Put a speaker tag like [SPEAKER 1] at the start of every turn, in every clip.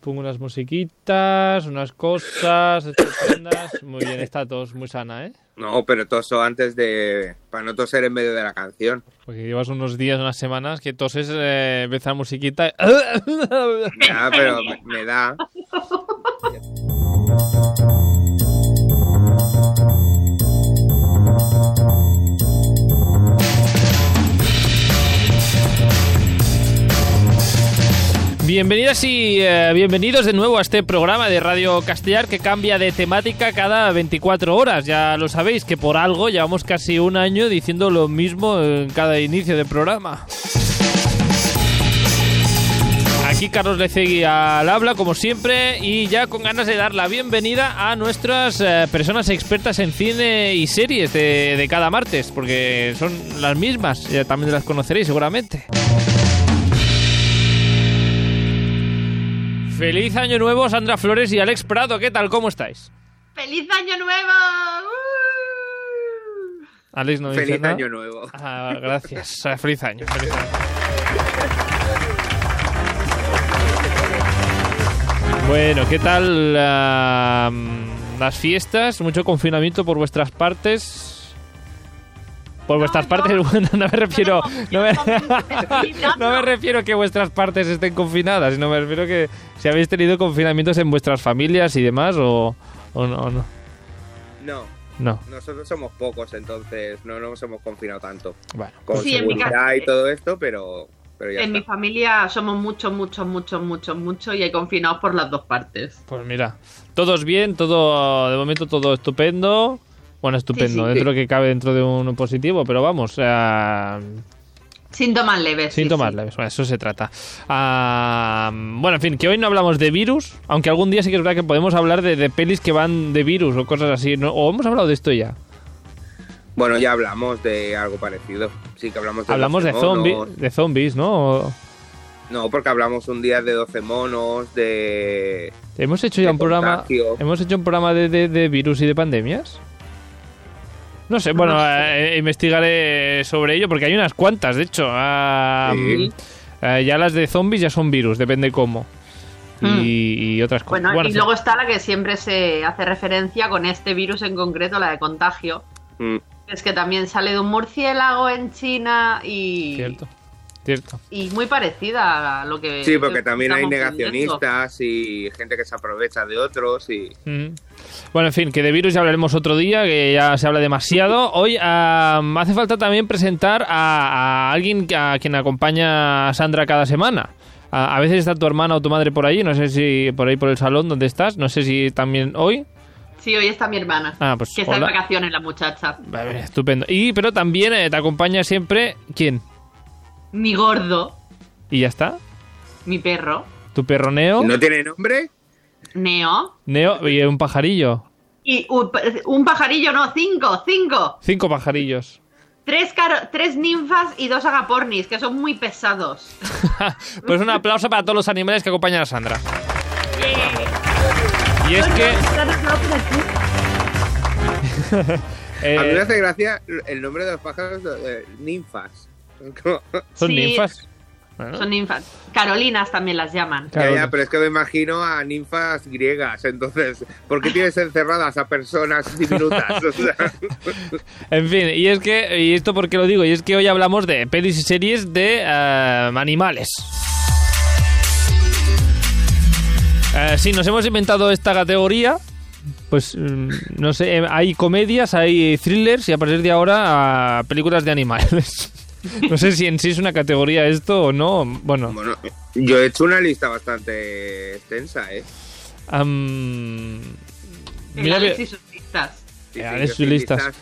[SPEAKER 1] pongo unas musiquitas, unas cosas estupendas. Muy bien, está tos, muy sana, ¿eh?
[SPEAKER 2] No, pero toso antes de. para no toser en medio de la canción.
[SPEAKER 1] Porque llevas unos días, unas semanas que toses, eh, empieza la musiquita. y-
[SPEAKER 2] Ya, pero me- me da.
[SPEAKER 1] Bienvenidas y eh, bienvenidos de nuevo a este programa de Radio Castellar que cambia de temática cada 24 horas. Ya lo sabéis que por algo llevamos casi un año diciendo lo mismo en cada inicio de programa. Aquí Carlos Lecegui al habla, como siempre, y ya con ganas de dar la bienvenida a nuestras eh, personas expertas en cine y series de, de cada martes, porque son las mismas, ya también las conoceréis seguramente. Feliz año nuevo, Sandra Flores y Alex Prado, ¿qué tal? ¿Cómo estáis?
[SPEAKER 3] ¡Feliz Año Nuevo! ¡Uh!
[SPEAKER 1] Alex no dice
[SPEAKER 2] Feliz
[SPEAKER 1] nada.
[SPEAKER 2] año nuevo.
[SPEAKER 1] Ah, gracias. Ah, Feliz año. feliz año. Bueno, ¿qué tal ah, mm, las fiestas? Mucho confinamiento por vuestras partes. Por vuestras
[SPEAKER 3] yo-
[SPEAKER 1] partes, bueno, no me refiero, no me,
[SPEAKER 3] confinamiento.
[SPEAKER 1] no me refiero que vuestras partes estén confinadas, sino me refiero que si habéis tenido confinamientos en vuestras familias y demás o, o no, o no,
[SPEAKER 2] No,
[SPEAKER 1] no,
[SPEAKER 2] nosotros somos pocos, entonces no nos hemos confinado tanto.
[SPEAKER 1] bueno,
[SPEAKER 2] Con
[SPEAKER 3] Pues Sí, en mi
[SPEAKER 2] seguridad
[SPEAKER 3] casa.
[SPEAKER 2] y todo esto, pero, pero ya
[SPEAKER 3] En mi
[SPEAKER 2] está.
[SPEAKER 3] familia somos muchos, muchos, muchos, muchos, muchos y hay confinados por las dos partes.
[SPEAKER 1] Pues mira, todos bien, todo de momento todo estupendo. Bueno, estupendo,
[SPEAKER 3] sí.
[SPEAKER 1] dentro de lo que cabe dentro de un positivo, pero vamos, ah,
[SPEAKER 3] Síntomas leves. sí,
[SPEAKER 1] síntomas
[SPEAKER 3] sí.
[SPEAKER 1] leves, bueno, eso se trata. Ah, bueno, en fin, que hoy no hablamos de virus, aunque algún día sí que es verdad que podemos hablar de, de pelis que van de virus o cosas así, ¿no? o hemos hablado de esto ya.
[SPEAKER 2] Bueno, ya hablamos de algo parecido. Sí, que hablamos de
[SPEAKER 1] Hablamos de,
[SPEAKER 2] 12
[SPEAKER 1] zombi-
[SPEAKER 2] monos.
[SPEAKER 1] de zombies, ¿no? O-
[SPEAKER 2] No, porque hablamos un día de 12 monos, de.
[SPEAKER 1] Hemos hecho ya
[SPEAKER 2] De
[SPEAKER 1] un programa.
[SPEAKER 2] contagio.
[SPEAKER 1] Hemos hecho un programa de, de- de virus y de pandemias. No sé, bueno,
[SPEAKER 3] No
[SPEAKER 1] eh, investigaré sobre ello porque hay unas cuantas, de hecho. Ah,
[SPEAKER 2] Sí.
[SPEAKER 1] eh, ya las de zombies ya son virus, depende cómo.
[SPEAKER 2] Hmm.
[SPEAKER 3] Mm.
[SPEAKER 1] Y, y otras cosas.
[SPEAKER 3] Bueno,
[SPEAKER 1] Bueno,
[SPEAKER 3] y
[SPEAKER 1] sí.
[SPEAKER 3] luego está la que siempre se hace referencia con este virus en concreto, la de contagio.
[SPEAKER 2] Mm,
[SPEAKER 3] Es que también sale de un murciélago en China y,
[SPEAKER 1] Cierto, cierto.
[SPEAKER 3] y muy parecida a lo que...
[SPEAKER 2] Sí, porque también hay
[SPEAKER 3] Eh, estamos viviendo.
[SPEAKER 2] negacionistas y gente que se aprovecha de otros y.
[SPEAKER 1] Mm. Bueno, en fin, que de virus ya hablaremos otro día, que ya se habla demasiado. Hoy ah, me hace falta también presentar a, a alguien que- a quien acompaña a Sandra cada semana. A, a veces está tu hermana o tu madre por ahí, no sé si por ahí por el salón donde estás, no sé si también hoy.
[SPEAKER 3] Sí, hoy está mi hermana.
[SPEAKER 1] Ah, pues
[SPEAKER 3] que está en
[SPEAKER 1] hola.
[SPEAKER 3] vacaciones la muchacha.
[SPEAKER 1] Vale, estupendo. Y pero también eh, te acompaña siempre quién
[SPEAKER 3] Mi gordo,
[SPEAKER 1] y ya está.
[SPEAKER 3] mi perro,
[SPEAKER 1] Tu perro Neo,
[SPEAKER 2] ¿No tiene nombre?
[SPEAKER 3] Neo,
[SPEAKER 1] Neo y un pajarillo,
[SPEAKER 3] Y un, pa- un pajarillo, no, cinco, cinco.
[SPEAKER 1] cinco pajarillos.
[SPEAKER 3] Tres, caro- tres ninfas y dos agapornis, que son muy pesados.
[SPEAKER 1] pues un aplauso para todos los animales que acompañan a Sandra. Y es que
[SPEAKER 2] A mí
[SPEAKER 1] eh,
[SPEAKER 2] me hace gracia el nombre de los pájaros, eh, ninfas. Como-
[SPEAKER 1] son
[SPEAKER 3] Sí.
[SPEAKER 1] ninfas. Bueno,
[SPEAKER 3] Son ninfas. Carolinas también las llaman.
[SPEAKER 1] claro.
[SPEAKER 2] Ya, ya, pero es que me imagino a ninfas griegas, entonces, ¿por qué tienes encerradas a personas diminutas? O sea,
[SPEAKER 1] En fin, y es que, y esto porque lo digo, y es que hoy hablamos de pelis y series de eh, animales. Eh, sí, nos hemos inventado esta categoría. Pues mm, no sé, eh, hay comedias, hay thrillers y a partir de ahora ah, películas de animales. No sé si en sí es una categoría esto o no. Bueno,
[SPEAKER 2] bueno, yo he hecho una lista bastante extensa, ¿eh?
[SPEAKER 1] am,
[SPEAKER 3] El
[SPEAKER 1] mira que-
[SPEAKER 3] Alex y sus pistas.
[SPEAKER 2] Sí, sí,
[SPEAKER 1] Ah,
[SPEAKER 2] yo
[SPEAKER 1] eres
[SPEAKER 2] soy
[SPEAKER 1] listas.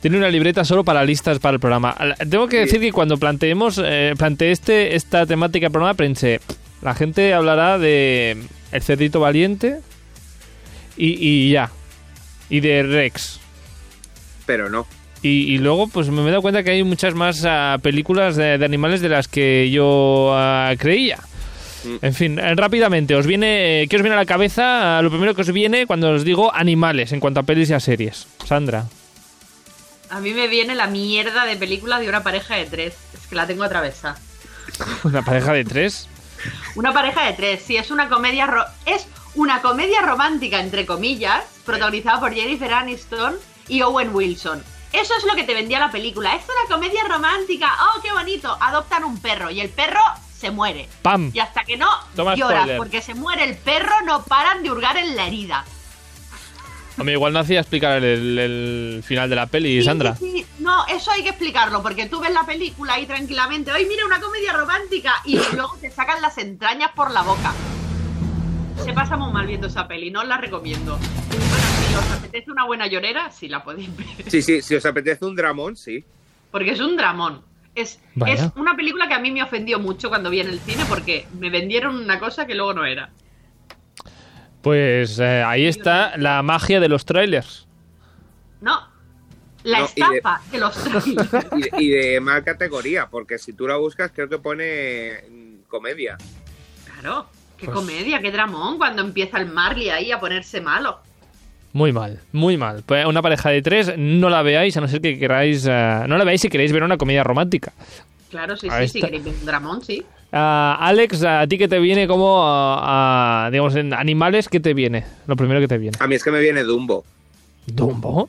[SPEAKER 1] Tiene una libreta solo para listas para el programa. Al- Tengo que
[SPEAKER 2] Sí.
[SPEAKER 1] decir que cuando planteemos, eh, planteé este, esta temática del programa, pensé, la gente hablará de El Cerdito Valiente y, y ya. Y de Rex.
[SPEAKER 2] Pero no.
[SPEAKER 1] Y, y luego, pues me he dado cuenta que hay muchas más ah, películas de, de animales de las que yo ah, creía.
[SPEAKER 2] Mm.
[SPEAKER 1] En fin, eh, rápidamente, os viene, eh, ¿qué os viene a la cabeza? Ah, Lo primero que os viene cuando os digo animales en cuanto a pelis y a series. Sandra.
[SPEAKER 3] A mí me viene la mierda de película de una pareja de tres. Es que la tengo atravesada.
[SPEAKER 1] Una pareja de tres.
[SPEAKER 3] Una pareja de tres, sí, es una comedia ro- es una comedia romántica entre comillas, protagonizada por Jennifer Aniston y Owen Wilson. Eso es lo que te vendía la película. Es una comedia romántica. Oh, qué bonito. Adoptan un perro y el perro se muere.
[SPEAKER 1] ¡Pam!
[SPEAKER 3] Y hasta que no
[SPEAKER 1] Toma
[SPEAKER 3] lloras
[SPEAKER 1] spoiler.
[SPEAKER 3] porque se muere el perro, no paran de hurgar en la herida.
[SPEAKER 1] Hombre, igual no hacía explicar el, el final de la peli,
[SPEAKER 3] Sí,
[SPEAKER 1] Sandra.
[SPEAKER 3] sí, sí. No, eso hay que explicarlo, porque tú ves la película ahí tranquilamente, hoy mira una comedia romántica y luego te sacan las entrañas por la boca. Se pasa muy mal viendo esa peli, no os la recomiendo. Bueno, si os apetece una buena llorera, sí la podéis ver,
[SPEAKER 2] Sí, sí, si os apetece un dramón, sí.
[SPEAKER 3] porque es un dramón. Es,
[SPEAKER 1] Vaya.
[SPEAKER 3] es una película que a mí me ofendió mucho cuando vi en el cine porque me vendieron una cosa que luego no era.
[SPEAKER 1] Pues eh, ahí está la magia de los trailers.
[SPEAKER 3] No, la
[SPEAKER 2] No, y de-
[SPEAKER 3] estafa que los trailers.
[SPEAKER 2] Y de, y de mal categoría, porque si tú la buscas, creo que pone mm, comedia.
[SPEAKER 3] Claro, qué
[SPEAKER 1] Pues-
[SPEAKER 3] comedia, qué dramón cuando empieza el Marley ahí a ponerse malo.
[SPEAKER 1] Muy mal, muy mal. Pues Una pareja de tres, no la veáis, a no ser que queráis. eh, no la veáis si queréis ver una comedia romántica.
[SPEAKER 3] Claro, sí,
[SPEAKER 1] A
[SPEAKER 3] sí,
[SPEAKER 1] esta-
[SPEAKER 3] sí, queréis ver un dramón, sí.
[SPEAKER 1] Ah, Alex, a ti que te viene como. ah, ah, digamos, en animales, ¿qué te viene? Lo primero que te viene.
[SPEAKER 2] A mí es que me viene Dumbo.
[SPEAKER 1] ¿Dumbo?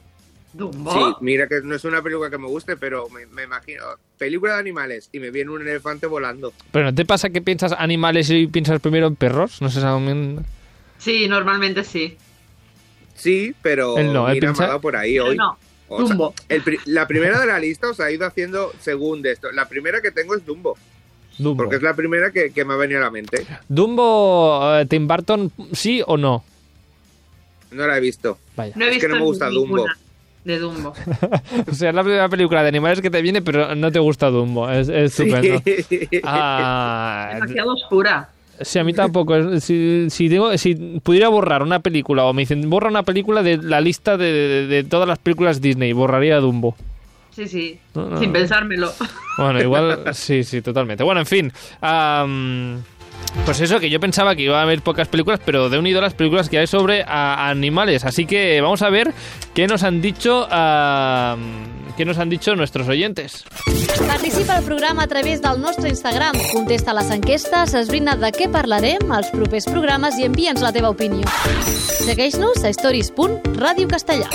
[SPEAKER 3] Dumbo.
[SPEAKER 2] Sí, mira que no es una película que me guste, pero me, me imagino. Película de animales y me viene un elefante volando.
[SPEAKER 1] ¿Pero no te pasa que piensas animales y piensas primero en perros? No sé, Samuel.
[SPEAKER 3] Sí, normalmente sí.
[SPEAKER 2] Sí, pero
[SPEAKER 1] Él no, él
[SPEAKER 2] mira, me
[SPEAKER 1] piensa-
[SPEAKER 2] ha dado por ahí
[SPEAKER 3] Pero
[SPEAKER 2] hoy.
[SPEAKER 3] no,
[SPEAKER 2] O sea,
[SPEAKER 3] Dumbo.
[SPEAKER 2] el pri- la primera de la lista os ha ido haciendo según de esto. La primera que tengo es Dumbo,
[SPEAKER 1] Dumbo.
[SPEAKER 2] porque es la primera que, que me ha venido a la mente.
[SPEAKER 1] ¿Dumbo eh, Tim Burton sí o no?
[SPEAKER 2] No la he visto.
[SPEAKER 1] Vaya.
[SPEAKER 3] No he
[SPEAKER 2] Es que
[SPEAKER 3] visto
[SPEAKER 2] no me gusta
[SPEAKER 3] ninguna de Dumbo.
[SPEAKER 1] O sea, es la primera película de animales que te viene, pero no te gusta Dumbo. Es, es estupendo. Ah,
[SPEAKER 3] Demasiado oscura.
[SPEAKER 1] sí, a mí tampoco. Es- Si, si digo, si pudiera borrar una película o me dicen borra una película de la lista de, de- de todas las películas Disney, borraría Dumbo.
[SPEAKER 3] Sí, sí.
[SPEAKER 1] No, no,
[SPEAKER 3] Sin
[SPEAKER 1] no.
[SPEAKER 3] pensármelo.
[SPEAKER 1] Bueno, igual sí, sí, totalmente. Bueno, en fin. am, pues eso, que yo pensaba que iba a haber pocas películas, pero de unido a las películas que hay sobre a- animales. Así que vamos a ver qué nos han dicho, am, qué nos han dicho nuestros oyentes.
[SPEAKER 4] Participa al programa a través del nostre Instagram. Contesta les enquestes, esbrina de què parlarem als propers programes i envia'ns la teva opinió. Segueix-nos a stories.radiocastellà.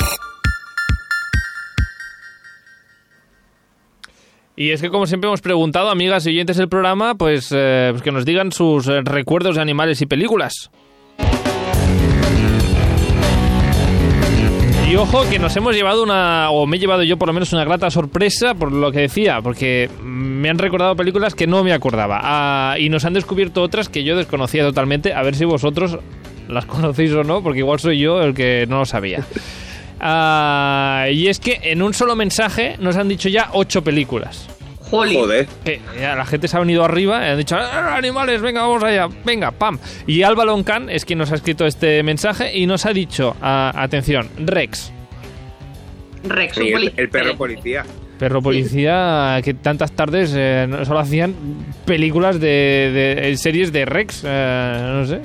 [SPEAKER 1] Y es que como siempre hemos preguntado, amigas y oyentes del programa, pues, eh, pues que nos digan sus eh, recuerdos de animales y películas. Y ojo que nos hemos llevado una, o me he llevado yo por lo menos una grata sorpresa por lo que decía, porque me han recordado películas que no me acordaba. Ah, y nos han descubierto otras que yo desconocía totalmente, a ver si vosotros las conocéis o no, porque igual soy yo el que no lo sabía. Ah, y es que en un solo mensaje nos han dicho ya ocho películas.
[SPEAKER 3] Jolly.
[SPEAKER 2] Joder.
[SPEAKER 1] Que ya la gente se ha venido arriba y han dicho, "Ah, animales, venga, vamos allá, venga, pam. Y Álvaro Oncan es quien nos ha escrito este mensaje y nos ha dicho, ah, atención, Rex,
[SPEAKER 3] Rex, Eh, un
[SPEAKER 2] Sí, el,
[SPEAKER 3] policía.
[SPEAKER 2] el perro policía.
[SPEAKER 1] perro policía, que tantas tardes eh, no- solo hacían películas de, de- series de Rex, eh, no sé.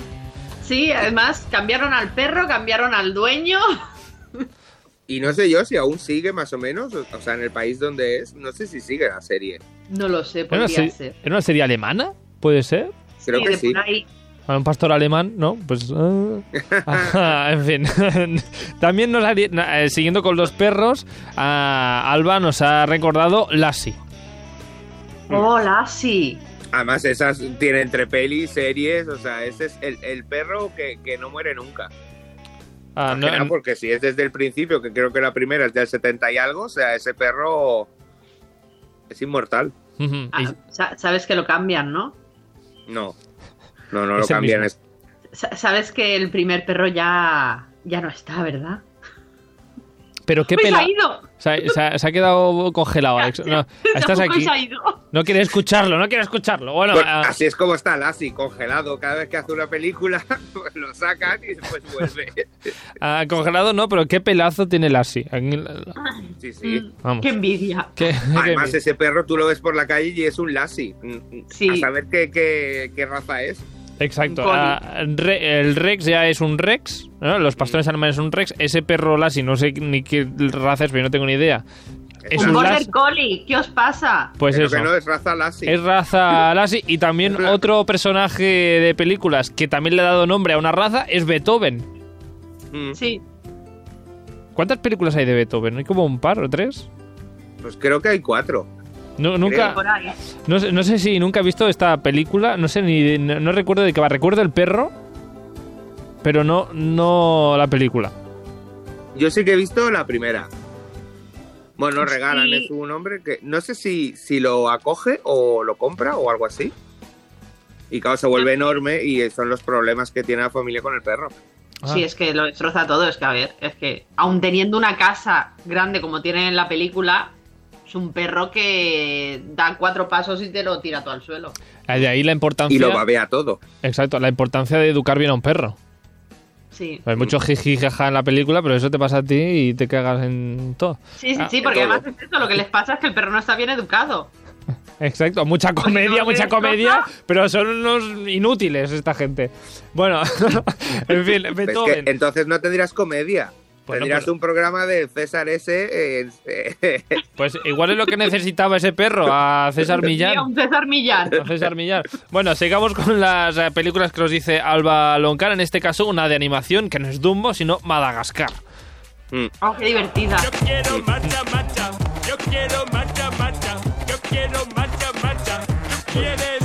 [SPEAKER 3] Sí, además cambiaron al perro, cambiaron al dueño.
[SPEAKER 2] Y no sé yo si aún sigue más o menos, o, o sea, en el país donde es, no sé si sigue la serie.
[SPEAKER 3] No lo sé,
[SPEAKER 1] ¿Era una, se-
[SPEAKER 3] podría ser.
[SPEAKER 1] era una serie alemana? ¿Puede ser?
[SPEAKER 2] Creo que
[SPEAKER 3] de
[SPEAKER 2] sí.
[SPEAKER 3] por ahí.
[SPEAKER 1] A un pastor alemán, ¿no? Pues. ah. Ajá, en fin. También nos ha di- na- eh, siguiendo con los perros, ah, Alba nos ha recordado Lassie.
[SPEAKER 3] Hola, sí.
[SPEAKER 2] Además, esas tienen entre pelis, series, o sea, ese es el, el perro que, que no muere nunca.
[SPEAKER 1] Ah,
[SPEAKER 2] Más
[SPEAKER 1] no,
[SPEAKER 2] que nada
[SPEAKER 1] en-
[SPEAKER 2] porque si es desde el principio, que creo que la primera es del 70 y algo, o sea, ese perro es inmortal.
[SPEAKER 1] Ujú,
[SPEAKER 3] Ah,
[SPEAKER 1] y-
[SPEAKER 3] sa- sabes que lo cambian, ¿no?
[SPEAKER 2] No, no, no lo
[SPEAKER 1] Es el
[SPEAKER 2] cambian.
[SPEAKER 1] mismo.
[SPEAKER 2] es-
[SPEAKER 3] Sa- sabes que el primer perro ya, ya no está, ¿verdad?
[SPEAKER 1] pero qué
[SPEAKER 3] ¡Uy, se
[SPEAKER 1] pela.
[SPEAKER 3] ha ido!
[SPEAKER 1] Se ha, se ha- se ha quedado congelado, Alex. No, Ah, estás
[SPEAKER 3] Tampoco
[SPEAKER 1] aquí.
[SPEAKER 3] se ha ido.
[SPEAKER 1] No quiere escucharlo, no quiere escucharlo. Bueno,
[SPEAKER 2] Pues,
[SPEAKER 1] ah,
[SPEAKER 2] así es como está Lassie, congelado. Cada vez que hace una película, pues lo sacan y después vuelve.
[SPEAKER 1] ah, congelado no, pero qué pelazo tiene Lassie. Aquí-
[SPEAKER 2] Sí, sí.
[SPEAKER 3] Mm,
[SPEAKER 1] Vamos.
[SPEAKER 3] Qué envidia.
[SPEAKER 1] qué-
[SPEAKER 2] Ah, Además,
[SPEAKER 1] qué-
[SPEAKER 2] ese perro tú lo ves por la calle y es un Lassie. Mm, mm,
[SPEAKER 3] Sí.
[SPEAKER 2] A saber qué, qué, qué raza es.
[SPEAKER 1] Exacto.
[SPEAKER 3] Con-
[SPEAKER 1] Ah, re- el Rex ya es un Rex. ¿no? Los pastores alemanes son un Rex. Ese perro Lassie, no sé ni qué raza es, pero yo no tengo ni idea. Es
[SPEAKER 3] un
[SPEAKER 1] un
[SPEAKER 3] border
[SPEAKER 1] las-
[SPEAKER 3] collie, ¿qué os pasa?
[SPEAKER 1] Pues
[SPEAKER 2] Pero
[SPEAKER 1] eso.
[SPEAKER 2] que no es raza lassi.
[SPEAKER 1] Es raza Lassie y también otro personaje de películas que también le ha dado nombre a una raza es Beethoven.
[SPEAKER 2] Mm.
[SPEAKER 3] Sí.
[SPEAKER 1] ¿Cuántas películas hay de Beethoven? ¿Hay como un par o tres?
[SPEAKER 2] Pues creo que hay cuatro.
[SPEAKER 1] No, nunca,
[SPEAKER 3] Por ahí.
[SPEAKER 1] no, sé- no sé si nunca he visto esta película, no sé ni, no, no recuerdo de qué va, recuerdo el perro, pero no, no la película.
[SPEAKER 2] Yo sí que he visto la primera. Bueno,
[SPEAKER 3] Sí.
[SPEAKER 2] regalan, es un hombre que no sé si, si lo acoge o lo compra o algo así. Y claro, se vuelve enorme y son los problemas que tiene la familia con el perro.
[SPEAKER 1] Ah.
[SPEAKER 3] Sí, es que lo destroza todo, es que a ver, es que aun teniendo una casa grande como tiene en la película, es un perro que da cuatro pasos y te lo tira todo al suelo.
[SPEAKER 1] De ahí la importancia,
[SPEAKER 2] Y lo babea todo.
[SPEAKER 1] exacto, la importancia de educar bien a un perro.
[SPEAKER 3] Sí,
[SPEAKER 1] Hay
[SPEAKER 2] Mm.
[SPEAKER 1] mucho jiji jaja en la película, pero eso te pasa a ti y te cagas en todo.
[SPEAKER 3] sí, sí,
[SPEAKER 1] Ah,
[SPEAKER 3] sí, porque
[SPEAKER 2] todo.
[SPEAKER 3] además es eso, lo que les pasa es que el perro no está bien educado.
[SPEAKER 1] Exacto, mucha comedia,
[SPEAKER 3] no
[SPEAKER 1] mucha
[SPEAKER 3] ves cosa.
[SPEAKER 1] comedia, pero son unos inútiles esta gente. Bueno, en fin,
[SPEAKER 2] Es que
[SPEAKER 1] Beethoven.
[SPEAKER 2] entonces no tendrías comedia.
[SPEAKER 1] Pues no,
[SPEAKER 2] tendrías
[SPEAKER 1] pero-
[SPEAKER 2] un programa de César S. eh, en-
[SPEAKER 1] Pues igual es lo que necesitaba ese perro, a César
[SPEAKER 3] Y a
[SPEAKER 1] Millán.
[SPEAKER 3] un César Millán.
[SPEAKER 1] A César Millán. Bueno, sigamos con las eh, películas que nos dice Alba Loncar, en este caso una de animación que no es Dumbo, sino Madagascar.
[SPEAKER 2] Mm.
[SPEAKER 3] Oh, qué divertida.
[SPEAKER 5] Yo quiero macha macha, yo quiero macha macha, yo quiero macha macha. ¿Tú quieres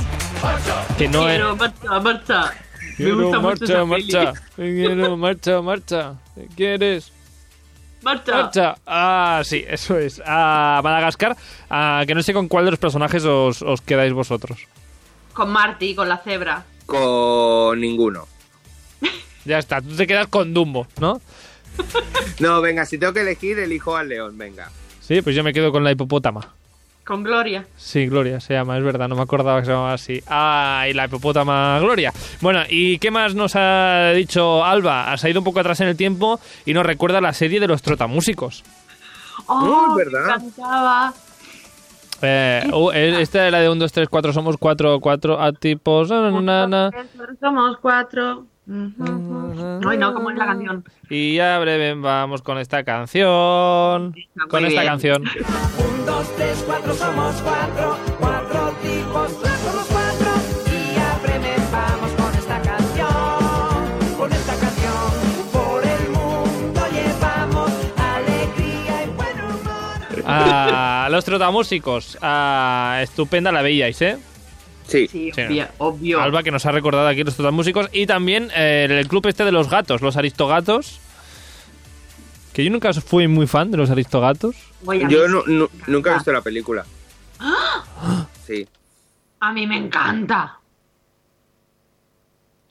[SPEAKER 1] Que no es...
[SPEAKER 3] Quiero marcha, marcha. Me gusta mucho
[SPEAKER 1] marcha,
[SPEAKER 3] esa peli.
[SPEAKER 1] marcha. Quiero marcha, marcha. ¿Qué quieres?
[SPEAKER 3] Marcha.
[SPEAKER 1] Marcha. Ah, sí, eso es. A Madagascar, ah, que no sé con cuál de los personajes os, os quedáis vosotros.
[SPEAKER 3] Con Marty, con la cebra.
[SPEAKER 2] con ninguno.
[SPEAKER 1] Ya está, tú te quedas con Dumbo, ¿no?
[SPEAKER 2] No, venga, si tengo que elegir, elijo al león, venga.
[SPEAKER 1] Sí, pues yo me quedo con la hipopótama.
[SPEAKER 3] Con Gloria.
[SPEAKER 1] Sí, Gloria se llama, es verdad, no me acordaba que se llamaba así. Ah, y la hipopótama Gloria. Bueno, ¿y qué más nos ha dicho Alba? Has ido un poco atrás en el tiempo y nos recuerda la serie de los trotamúsicos.
[SPEAKER 3] Oh,
[SPEAKER 2] Oh,
[SPEAKER 3] me
[SPEAKER 2] ¿verdad?
[SPEAKER 3] encantaba.
[SPEAKER 1] Eh, oh, eh, esta es la de 1, 2, 3, 4, somos 4, 4 atipos. na, na, na.
[SPEAKER 3] Somos cuatro. Ujú, ujú. Ay, no, ¿cómo es la canción?
[SPEAKER 1] Y ya breve vamos con esta canción.
[SPEAKER 3] muy
[SPEAKER 1] Con esta
[SPEAKER 3] bien.
[SPEAKER 1] canción.
[SPEAKER 6] Un, dos, tres, cuatro, somos cuatro. Cuatro tipos, somos cuatro. Y ábreme, vamos con esta canción. Con esta canción. Por el mundo llevamos alegría y buen humor.
[SPEAKER 1] Ah, los trotamúsicos. Ah, estupenda la veíais, ¿eh?
[SPEAKER 2] Sí.
[SPEAKER 3] Sí,
[SPEAKER 1] Sí.
[SPEAKER 3] obvio. obvio.
[SPEAKER 1] Alba que nos ha recordado aquí los trotamúsicos. Y también eh, el club este de los gatos, los aristogatos. Que yo nunca fui muy fan de los aristogatos.
[SPEAKER 3] Voy a
[SPEAKER 2] Yo
[SPEAKER 3] mí
[SPEAKER 2] nu-
[SPEAKER 3] sí,
[SPEAKER 2] nu-
[SPEAKER 3] me
[SPEAKER 2] nunca he
[SPEAKER 3] encanta.
[SPEAKER 2] visto la película. Sí.
[SPEAKER 3] A mí me encanta.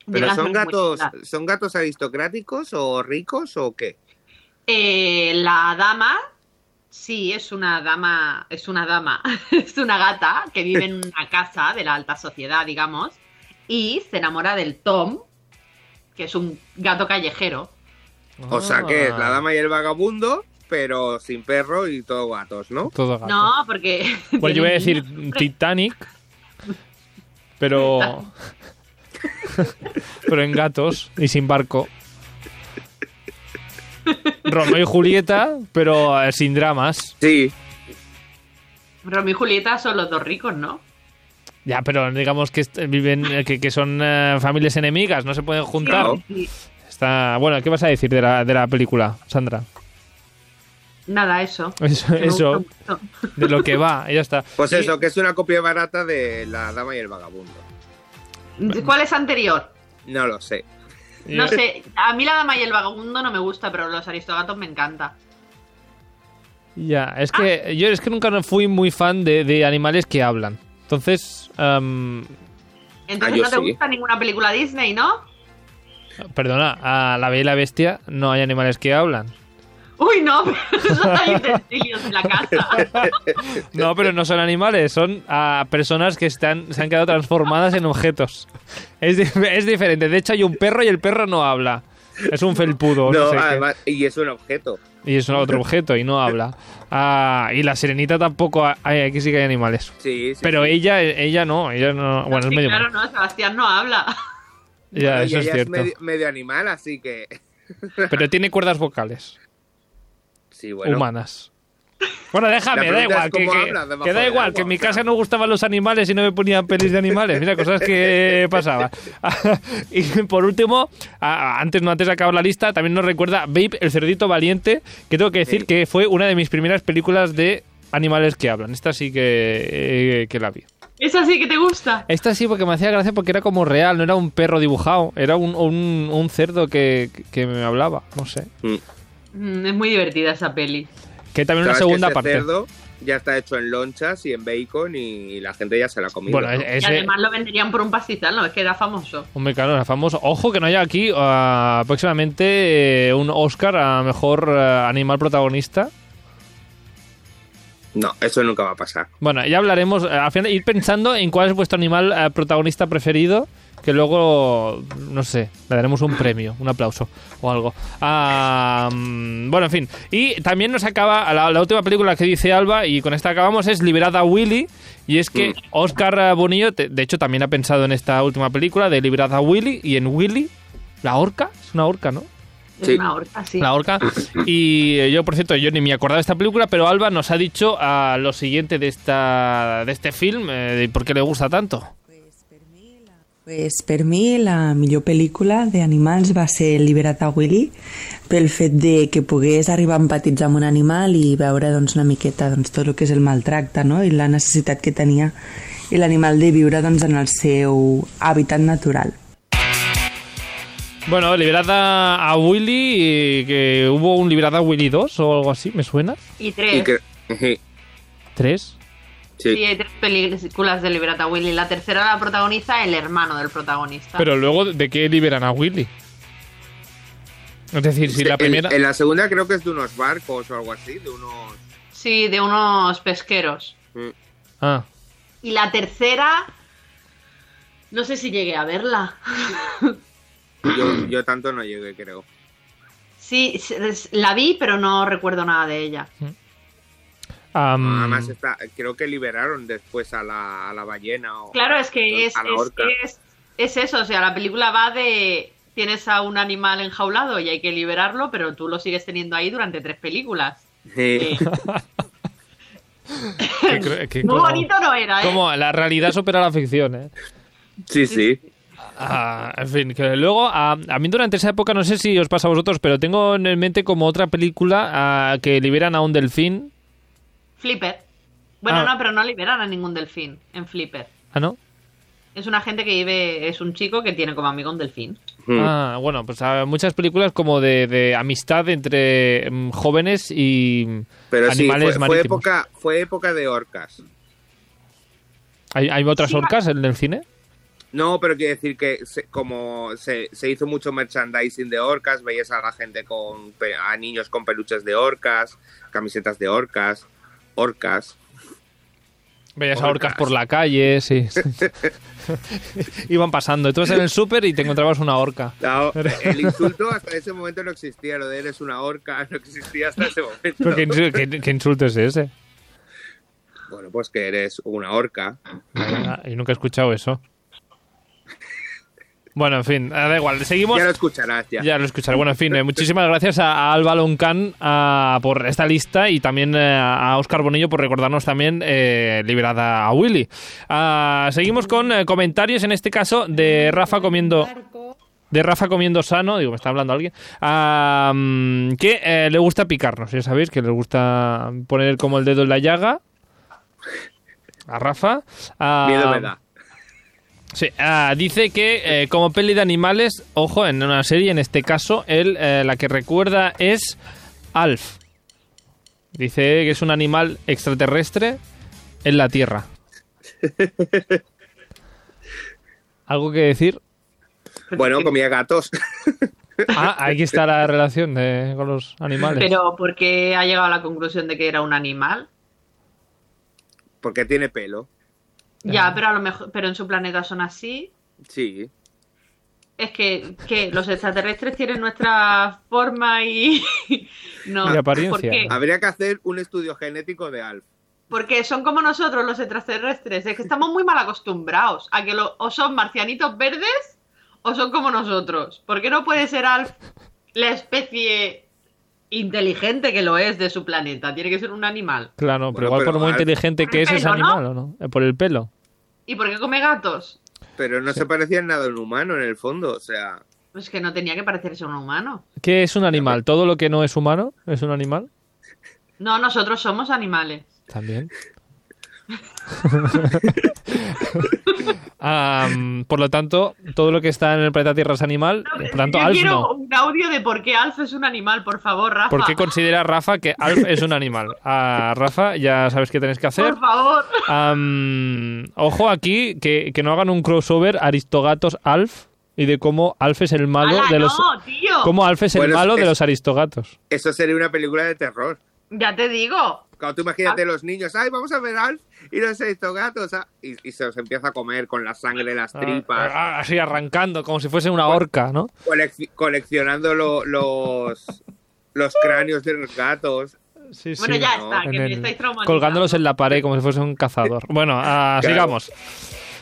[SPEAKER 3] De
[SPEAKER 2] ¿Pero
[SPEAKER 3] las
[SPEAKER 2] son gatos,
[SPEAKER 3] vergüenzas.
[SPEAKER 2] son gatos aristocráticos o ricos o qué?
[SPEAKER 3] Eh, la dama, sí, es una dama, es una dama, es una gata que vive en una casa de la alta sociedad, digamos, y se enamora del Tom, que es un gato callejero.
[SPEAKER 2] O
[SPEAKER 1] Ah.
[SPEAKER 2] sea que es la dama y el vagabundo, pero sin perro y todo gatos, ¿no?
[SPEAKER 1] Todo gato.
[SPEAKER 3] No, porque.
[SPEAKER 1] Bueno, Pues yo voy a
[SPEAKER 3] tiene
[SPEAKER 1] decir
[SPEAKER 3] niños.
[SPEAKER 1] Titanic. Pero. pero en gatos y sin barco. Romeo y Julieta, pero eh, sin dramas.
[SPEAKER 2] Sí.
[SPEAKER 3] Romeo y Julieta son los dos ricos, ¿no?
[SPEAKER 1] Ya, pero digamos que est- viven, eh, que, que son eh, familias enemigas, no se pueden juntar.
[SPEAKER 2] Claro.
[SPEAKER 3] Sí.
[SPEAKER 1] Está, bueno, ¿qué vas a decir de la, de la película, Sandra?
[SPEAKER 3] Nada, eso.
[SPEAKER 1] Eso,
[SPEAKER 3] Que me
[SPEAKER 1] eso,
[SPEAKER 3] gusta mucho.
[SPEAKER 1] de lo que va, y ya está.
[SPEAKER 2] Pues
[SPEAKER 1] Y-
[SPEAKER 2] eso, que es una copia barata de la dama y el vagabundo.
[SPEAKER 3] ¿Cuál es anterior?
[SPEAKER 2] No lo sé.
[SPEAKER 1] y-
[SPEAKER 3] No sé, a mí la dama y el vagabundo no me gusta, pero los aristogatos me encanta.
[SPEAKER 1] Ya, es que
[SPEAKER 3] Ah.
[SPEAKER 1] yo es que nunca fui muy fan de, de animales que hablan. Entonces, em,
[SPEAKER 3] Entonces
[SPEAKER 2] Ah, yo
[SPEAKER 3] no te
[SPEAKER 2] sí.
[SPEAKER 3] gusta ninguna película Disney, ¿no?
[SPEAKER 1] perdona, a La Bella y la Bestia no hay animales que hablan.
[SPEAKER 3] Uy, no, pero esos hay utensilios en la casa.
[SPEAKER 1] No, pero no son animales, son ah, personas que están, se han quedado transformadas en objetos. Es, di- es diferente. De hecho, hay un perro y el perro no habla. Es un felpudo. No,
[SPEAKER 2] No,
[SPEAKER 1] sé qué.
[SPEAKER 2] además, y es un objeto.
[SPEAKER 1] Y es otro objeto y no habla. Ah, y la serenita tampoco. ha- Ay, aquí sí que hay animales.
[SPEAKER 2] Sí, sí.
[SPEAKER 1] Pero ella, ella no, ella no. Bueno, es
[SPEAKER 3] Sí,
[SPEAKER 1] medio.
[SPEAKER 3] claro, no, Sebastián no habla.
[SPEAKER 1] Ya,
[SPEAKER 2] Y
[SPEAKER 1] eso es
[SPEAKER 2] ella
[SPEAKER 1] cierto.
[SPEAKER 2] medio, medio animal, así que.
[SPEAKER 1] Pero tiene cuerdas vocales
[SPEAKER 2] Sí, bueno.
[SPEAKER 1] humanas. Bueno, déjame, da
[SPEAKER 2] La pregunta
[SPEAKER 1] igual.
[SPEAKER 2] es
[SPEAKER 1] Que,
[SPEAKER 2] cómo
[SPEAKER 1] que-
[SPEAKER 2] hablas debajo
[SPEAKER 1] que da
[SPEAKER 2] del
[SPEAKER 1] igual,
[SPEAKER 2] agua,
[SPEAKER 1] que en mi
[SPEAKER 2] o sea.
[SPEAKER 1] casa no gustaban los animales y no me ponían pelis de animales. Mira, cosas que pasaban. y por último, a- a- antes no antes de acabar la lista, también nos recuerda Babe, el cerdito valiente, que tengo que decir
[SPEAKER 2] Sí.
[SPEAKER 1] que fue una de mis primeras películas de animales que hablan. Esta sí que, eh, que la vi.
[SPEAKER 3] Es así que te gusta.
[SPEAKER 1] Esta sí, porque me hacía gracia porque era como real, no era un perro dibujado, era un, un, un cerdo que, que me hablaba, no sé.
[SPEAKER 2] Mm.
[SPEAKER 3] Mm, es muy divertida esa peli.
[SPEAKER 1] Que también una
[SPEAKER 2] Sabes que
[SPEAKER 1] segunda
[SPEAKER 2] ese
[SPEAKER 1] parte.
[SPEAKER 2] cerdo ya está hecho en lonchas y en bacon y la gente ya se la ha comido.
[SPEAKER 1] Bueno, eh,
[SPEAKER 2] ¿no?
[SPEAKER 1] ese,
[SPEAKER 3] Y además lo venderían por un pastizal, ¿no? Es que era famoso.
[SPEAKER 1] Un mecano era famoso. Ojo que no haya aquí ah, próximamente eh, un Oscar a mejor eh, animal protagonista.
[SPEAKER 2] No, eso nunca va a pasar.
[SPEAKER 1] Bueno, ya hablaremos. eh, al final, ir pensando en cuál es vuestro animal eh, protagonista preferido. Que luego, no sé, le daremos un premio, un aplauso o algo. Ah, mm, bueno, en fin. Y también nos acaba la, la última película que dice Alba, y con esta acabamos, es Liberada Willy. Y es que Oscar Bonillo, te- de hecho, también ha pensado en esta última película de Liberada Willy. Y en Willy, la orca, es una orca, ¿no?
[SPEAKER 3] Es
[SPEAKER 2] Sí.
[SPEAKER 3] una horca, sí.
[SPEAKER 1] La Orca. Y eh, yo, por cierto, yo ni me acordaba de esta película, pero Alba nos ha dicho ah, lo siguiente de esta de este film, eh, de por qué le gusta tanto.
[SPEAKER 7] Pues per mi la millor pel·lícula d'animals va ser Liberat a Willy pel fet de que pogués arribar a empatitzar amb un animal i veure doncs, una miqueta doncs, tot el que és el maltracte no? i la necessitat que tenia i l'animal de viure doncs, en el seu hàbitat natural.
[SPEAKER 1] Bueno, liberada a Willy, eh, que hubo un liberada a Willy 2 o algo así, ¿me suena?
[SPEAKER 3] Y
[SPEAKER 2] Y
[SPEAKER 3] tres.
[SPEAKER 2] que-
[SPEAKER 1] ¿Tres?
[SPEAKER 2] Sí.
[SPEAKER 3] Sí, hay tres películas de Liberata Willy. La tercera la protagoniza el hermano del protagonista.
[SPEAKER 1] Pero luego, ¿de qué liberan a Willy? Es decir, si
[SPEAKER 2] Es que
[SPEAKER 1] la
[SPEAKER 2] en-
[SPEAKER 1] primera...
[SPEAKER 2] En, la segunda creo que es de unos barcos o algo así, de unos.
[SPEAKER 3] Sí, de unos pesqueros.
[SPEAKER 1] Ah.
[SPEAKER 3] Y la tercera. No sé si llegué a verla.
[SPEAKER 2] Yo, yo tanto no llegué, creo.
[SPEAKER 3] Sí, s- la vi, pero no recuerdo nada de ella.
[SPEAKER 1] am,
[SPEAKER 2] Además, está, creo que liberaron después a la, a la ballena. O,
[SPEAKER 3] Claro, es que es,
[SPEAKER 2] A la
[SPEAKER 3] es-
[SPEAKER 2] horca.
[SPEAKER 3] es- es eso, o sea, la película va de tienes a un animal enjaulado y hay que liberarlo, pero tú lo sigues teniendo ahí durante tres películas. Eh,
[SPEAKER 2] Sí.
[SPEAKER 1] que cre- que
[SPEAKER 3] Muy
[SPEAKER 1] como-
[SPEAKER 3] bonito no era, ¿eh?
[SPEAKER 1] Como la realidad supera la ficción, ¿eh?
[SPEAKER 2] sí, sí.
[SPEAKER 1] Ah, en fin, que luego a, a mí durante esa época no sé si os pasa a vosotros, pero tengo en mente como otra película ah, que liberan a un delfín.
[SPEAKER 3] Flipper. Bueno,
[SPEAKER 1] Ah.
[SPEAKER 3] no, pero no liberan a ningún delfín en Flipper.
[SPEAKER 1] Ah, ¿no?
[SPEAKER 3] Es una gente que vive, es un chico que tiene como amigo un delfín.
[SPEAKER 2] Mm.
[SPEAKER 1] Ah, bueno, pues ah, muchas películas como de, de amistad entre mm, jóvenes y mm,
[SPEAKER 2] Pero sí,
[SPEAKER 1] animales
[SPEAKER 2] fue, fue
[SPEAKER 1] marítimos.
[SPEAKER 2] época, fue época de orcas.
[SPEAKER 1] ¿Hay, hay otras
[SPEAKER 3] Sí,
[SPEAKER 1] orcas en el cine?
[SPEAKER 2] No, pero quiere decir que se- como se, se hizo mucho merchandising de orcas, veías a la gente con pe- a niños con peluches de orcas, camisetas de orcas, orcas.
[SPEAKER 1] Veías a orcas
[SPEAKER 2] Orcas.
[SPEAKER 1] por la calle, sí. Iban pasando. Tú vas en el súper y te encontrabas una orca.
[SPEAKER 2] La o- el insulto hasta ese momento no existía, lo de eres una orca no existía hasta ese momento.
[SPEAKER 1] Pero ¿Qué, insu- qué- qué insulto es ese?
[SPEAKER 2] Bueno, pues que eres una orca.
[SPEAKER 1] Ah, Yo nunca he escuchado eso. Bueno, en fin, ah, da igual. Seguimos.
[SPEAKER 2] Ya lo escucharás ya.
[SPEAKER 1] Ya lo escucharé. Bueno, en fin, eh, muchísimas gracias a, a Alba Loncán ah, por esta lista y también eh, a Oscar Bonillo por recordarnos también eh, liberada a Willy. Ah, seguimos con eh, comentarios, en este caso, de Rafa comiendo. De Rafa comiendo sano, digo, me está hablando alguien, ah, mm, que eh, le gusta picarnos, ya sabéis, que le gusta poner como el dedo en la llaga. A Rafa. Ah,
[SPEAKER 2] Miedo me da.
[SPEAKER 1] Sí, ah, dice que eh, como peli de animales, ojo, en una serie, en este caso, él eh, la que recuerda es Alf. Dice que es un animal extraterrestre en la Tierra. ¿Algo que decir?
[SPEAKER 2] Bueno, comía gatos.
[SPEAKER 1] Ah, aquí está la relación de- con los animales.
[SPEAKER 3] Pero ¿por qué ha llegado a la conclusión de que era un animal?
[SPEAKER 2] Porque tiene pelo.
[SPEAKER 1] Ah.
[SPEAKER 3] Ya, pero a lo mejor, pero en su planeta son así.
[SPEAKER 2] Sí.
[SPEAKER 3] Es que, que los extraterrestres tienen nuestra forma y no
[SPEAKER 1] Y apariencia.
[SPEAKER 3] ¿por qué?
[SPEAKER 2] Habría que hacer un estudio genético de Alf.
[SPEAKER 3] Porque son como nosotros los extraterrestres. Es que estamos muy mal acostumbrados a que lo- o son marcianitos verdes o son como nosotros. ¿Por qué no puede ser Alf la especie inteligente que lo es de su planeta. Tiene que ser un animal.
[SPEAKER 1] Claro, no, pero
[SPEAKER 2] Bueno,
[SPEAKER 1] igual
[SPEAKER 2] pero
[SPEAKER 1] por muy
[SPEAKER 2] al-
[SPEAKER 1] inteligente
[SPEAKER 3] Por
[SPEAKER 1] que
[SPEAKER 3] el
[SPEAKER 1] es es
[SPEAKER 3] pelo, ¿no?
[SPEAKER 1] animal, ¿o no? Eh, Por el pelo.
[SPEAKER 3] ¿Y por qué come gatos?
[SPEAKER 2] Pero no se parecía en nada a un humano en el fondo, o sea.
[SPEAKER 3] Pues que no tenía que parecerse a un humano.
[SPEAKER 1] ¿Qué es un animal? ¿Todo lo que no es humano es un animal?
[SPEAKER 3] No, nosotros somos animales.
[SPEAKER 1] También. Am, por lo tanto, todo lo que está en el planeta Tierra es animal. Por lo tanto,
[SPEAKER 3] Yo
[SPEAKER 1] Alf
[SPEAKER 3] quiero
[SPEAKER 1] no.
[SPEAKER 3] un audio de por qué Alf es un animal, por favor, Rafa.
[SPEAKER 1] ¿Por qué considera Rafa que Alf es un animal? A Rafa, ya sabes qué tenéis que hacer.
[SPEAKER 3] Por favor.
[SPEAKER 1] Am, ojo aquí, que, que no hagan un crossover Aristogatos Alf y de cómo Alf es el malo
[SPEAKER 3] Ala,
[SPEAKER 1] de los.
[SPEAKER 3] no, tío.
[SPEAKER 1] cómo Alf es el
[SPEAKER 2] Bueno, es-
[SPEAKER 1] malo de
[SPEAKER 2] es-
[SPEAKER 1] los Aristogatos.
[SPEAKER 2] Eso sería una película de terror.
[SPEAKER 3] Ya te digo.
[SPEAKER 2] Claro, tú imagínate los niños, ay, vamos a ver Alf y los gatos y, y se los empieza a comer con la sangre de las tripas,
[SPEAKER 1] Ah, ah, así arrancando, como si fuese una horca, ¿no?
[SPEAKER 2] colec- coleccionando lo- los, los cráneos de los gatos.
[SPEAKER 1] Sí,
[SPEAKER 3] Bueno,
[SPEAKER 1] sí.
[SPEAKER 3] ya
[SPEAKER 2] no,
[SPEAKER 3] está, que
[SPEAKER 1] en
[SPEAKER 3] me
[SPEAKER 1] el-
[SPEAKER 3] estáis traumatizando.
[SPEAKER 1] colgándolos en la pared como si fuese un cazador. Bueno, ah,
[SPEAKER 2] Claro.
[SPEAKER 1] sigamos.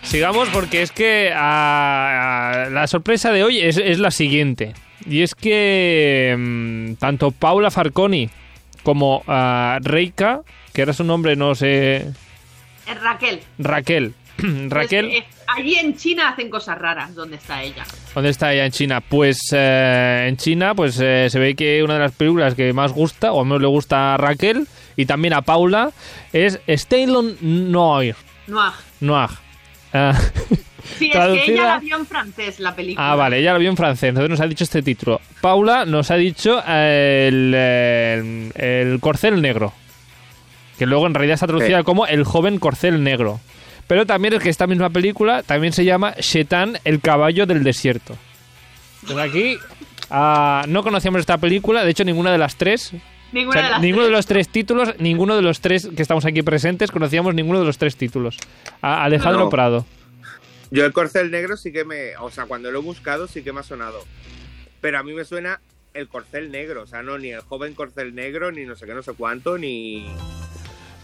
[SPEAKER 1] Sigamos porque es que ah, ah, la sorpresa de hoy es, es la siguiente. Y es que mm, tanto Paula Farconi como ah, Reika, que era su nombre, no sé,
[SPEAKER 3] Eh, Raquel.
[SPEAKER 1] Raquel. Raquel,
[SPEAKER 3] Pues, eh, allí en China hacen cosas raras donde está ella.
[SPEAKER 1] ¿dónde está ella en China? Pues eh, en China pues eh, se ve que una de las películas que más gusta, o menos le gusta a Raquel y también a Paula, es Stallone Noir.
[SPEAKER 3] Noah.
[SPEAKER 1] Noir. Ah,
[SPEAKER 3] Sí, es que
[SPEAKER 1] Traducida-
[SPEAKER 3] ella la vio en francés la película.
[SPEAKER 1] ah, vale, ella lo vio en francés, entonces nos ha dicho este título. Paula nos ha dicho eh, el, eh, el corcel negro, que luego en realidad está traducida
[SPEAKER 2] Sí.
[SPEAKER 1] como el joven corcel negro. Pero también es que esta misma película también se llama Shetan, el caballo del desierto. Pues aquí ah, no conocíamos esta película, de hecho ninguna de las tres. O
[SPEAKER 3] Ninguna
[SPEAKER 1] sea,
[SPEAKER 3] de las
[SPEAKER 1] ninguno
[SPEAKER 3] tres.
[SPEAKER 1] de los tres títulos, ninguno de los tres que estamos aquí presentes conocíamos ninguno de los tres títulos. A- Alejandro
[SPEAKER 2] No.
[SPEAKER 1] Prado.
[SPEAKER 2] Yo el corcel negro sí que me, o sea, cuando lo he buscado sí que me ha sonado. Pero a mí me suena el corcel negro, o sea, no ni el joven corcel negro, ni no sé qué, no sé cuánto, ni...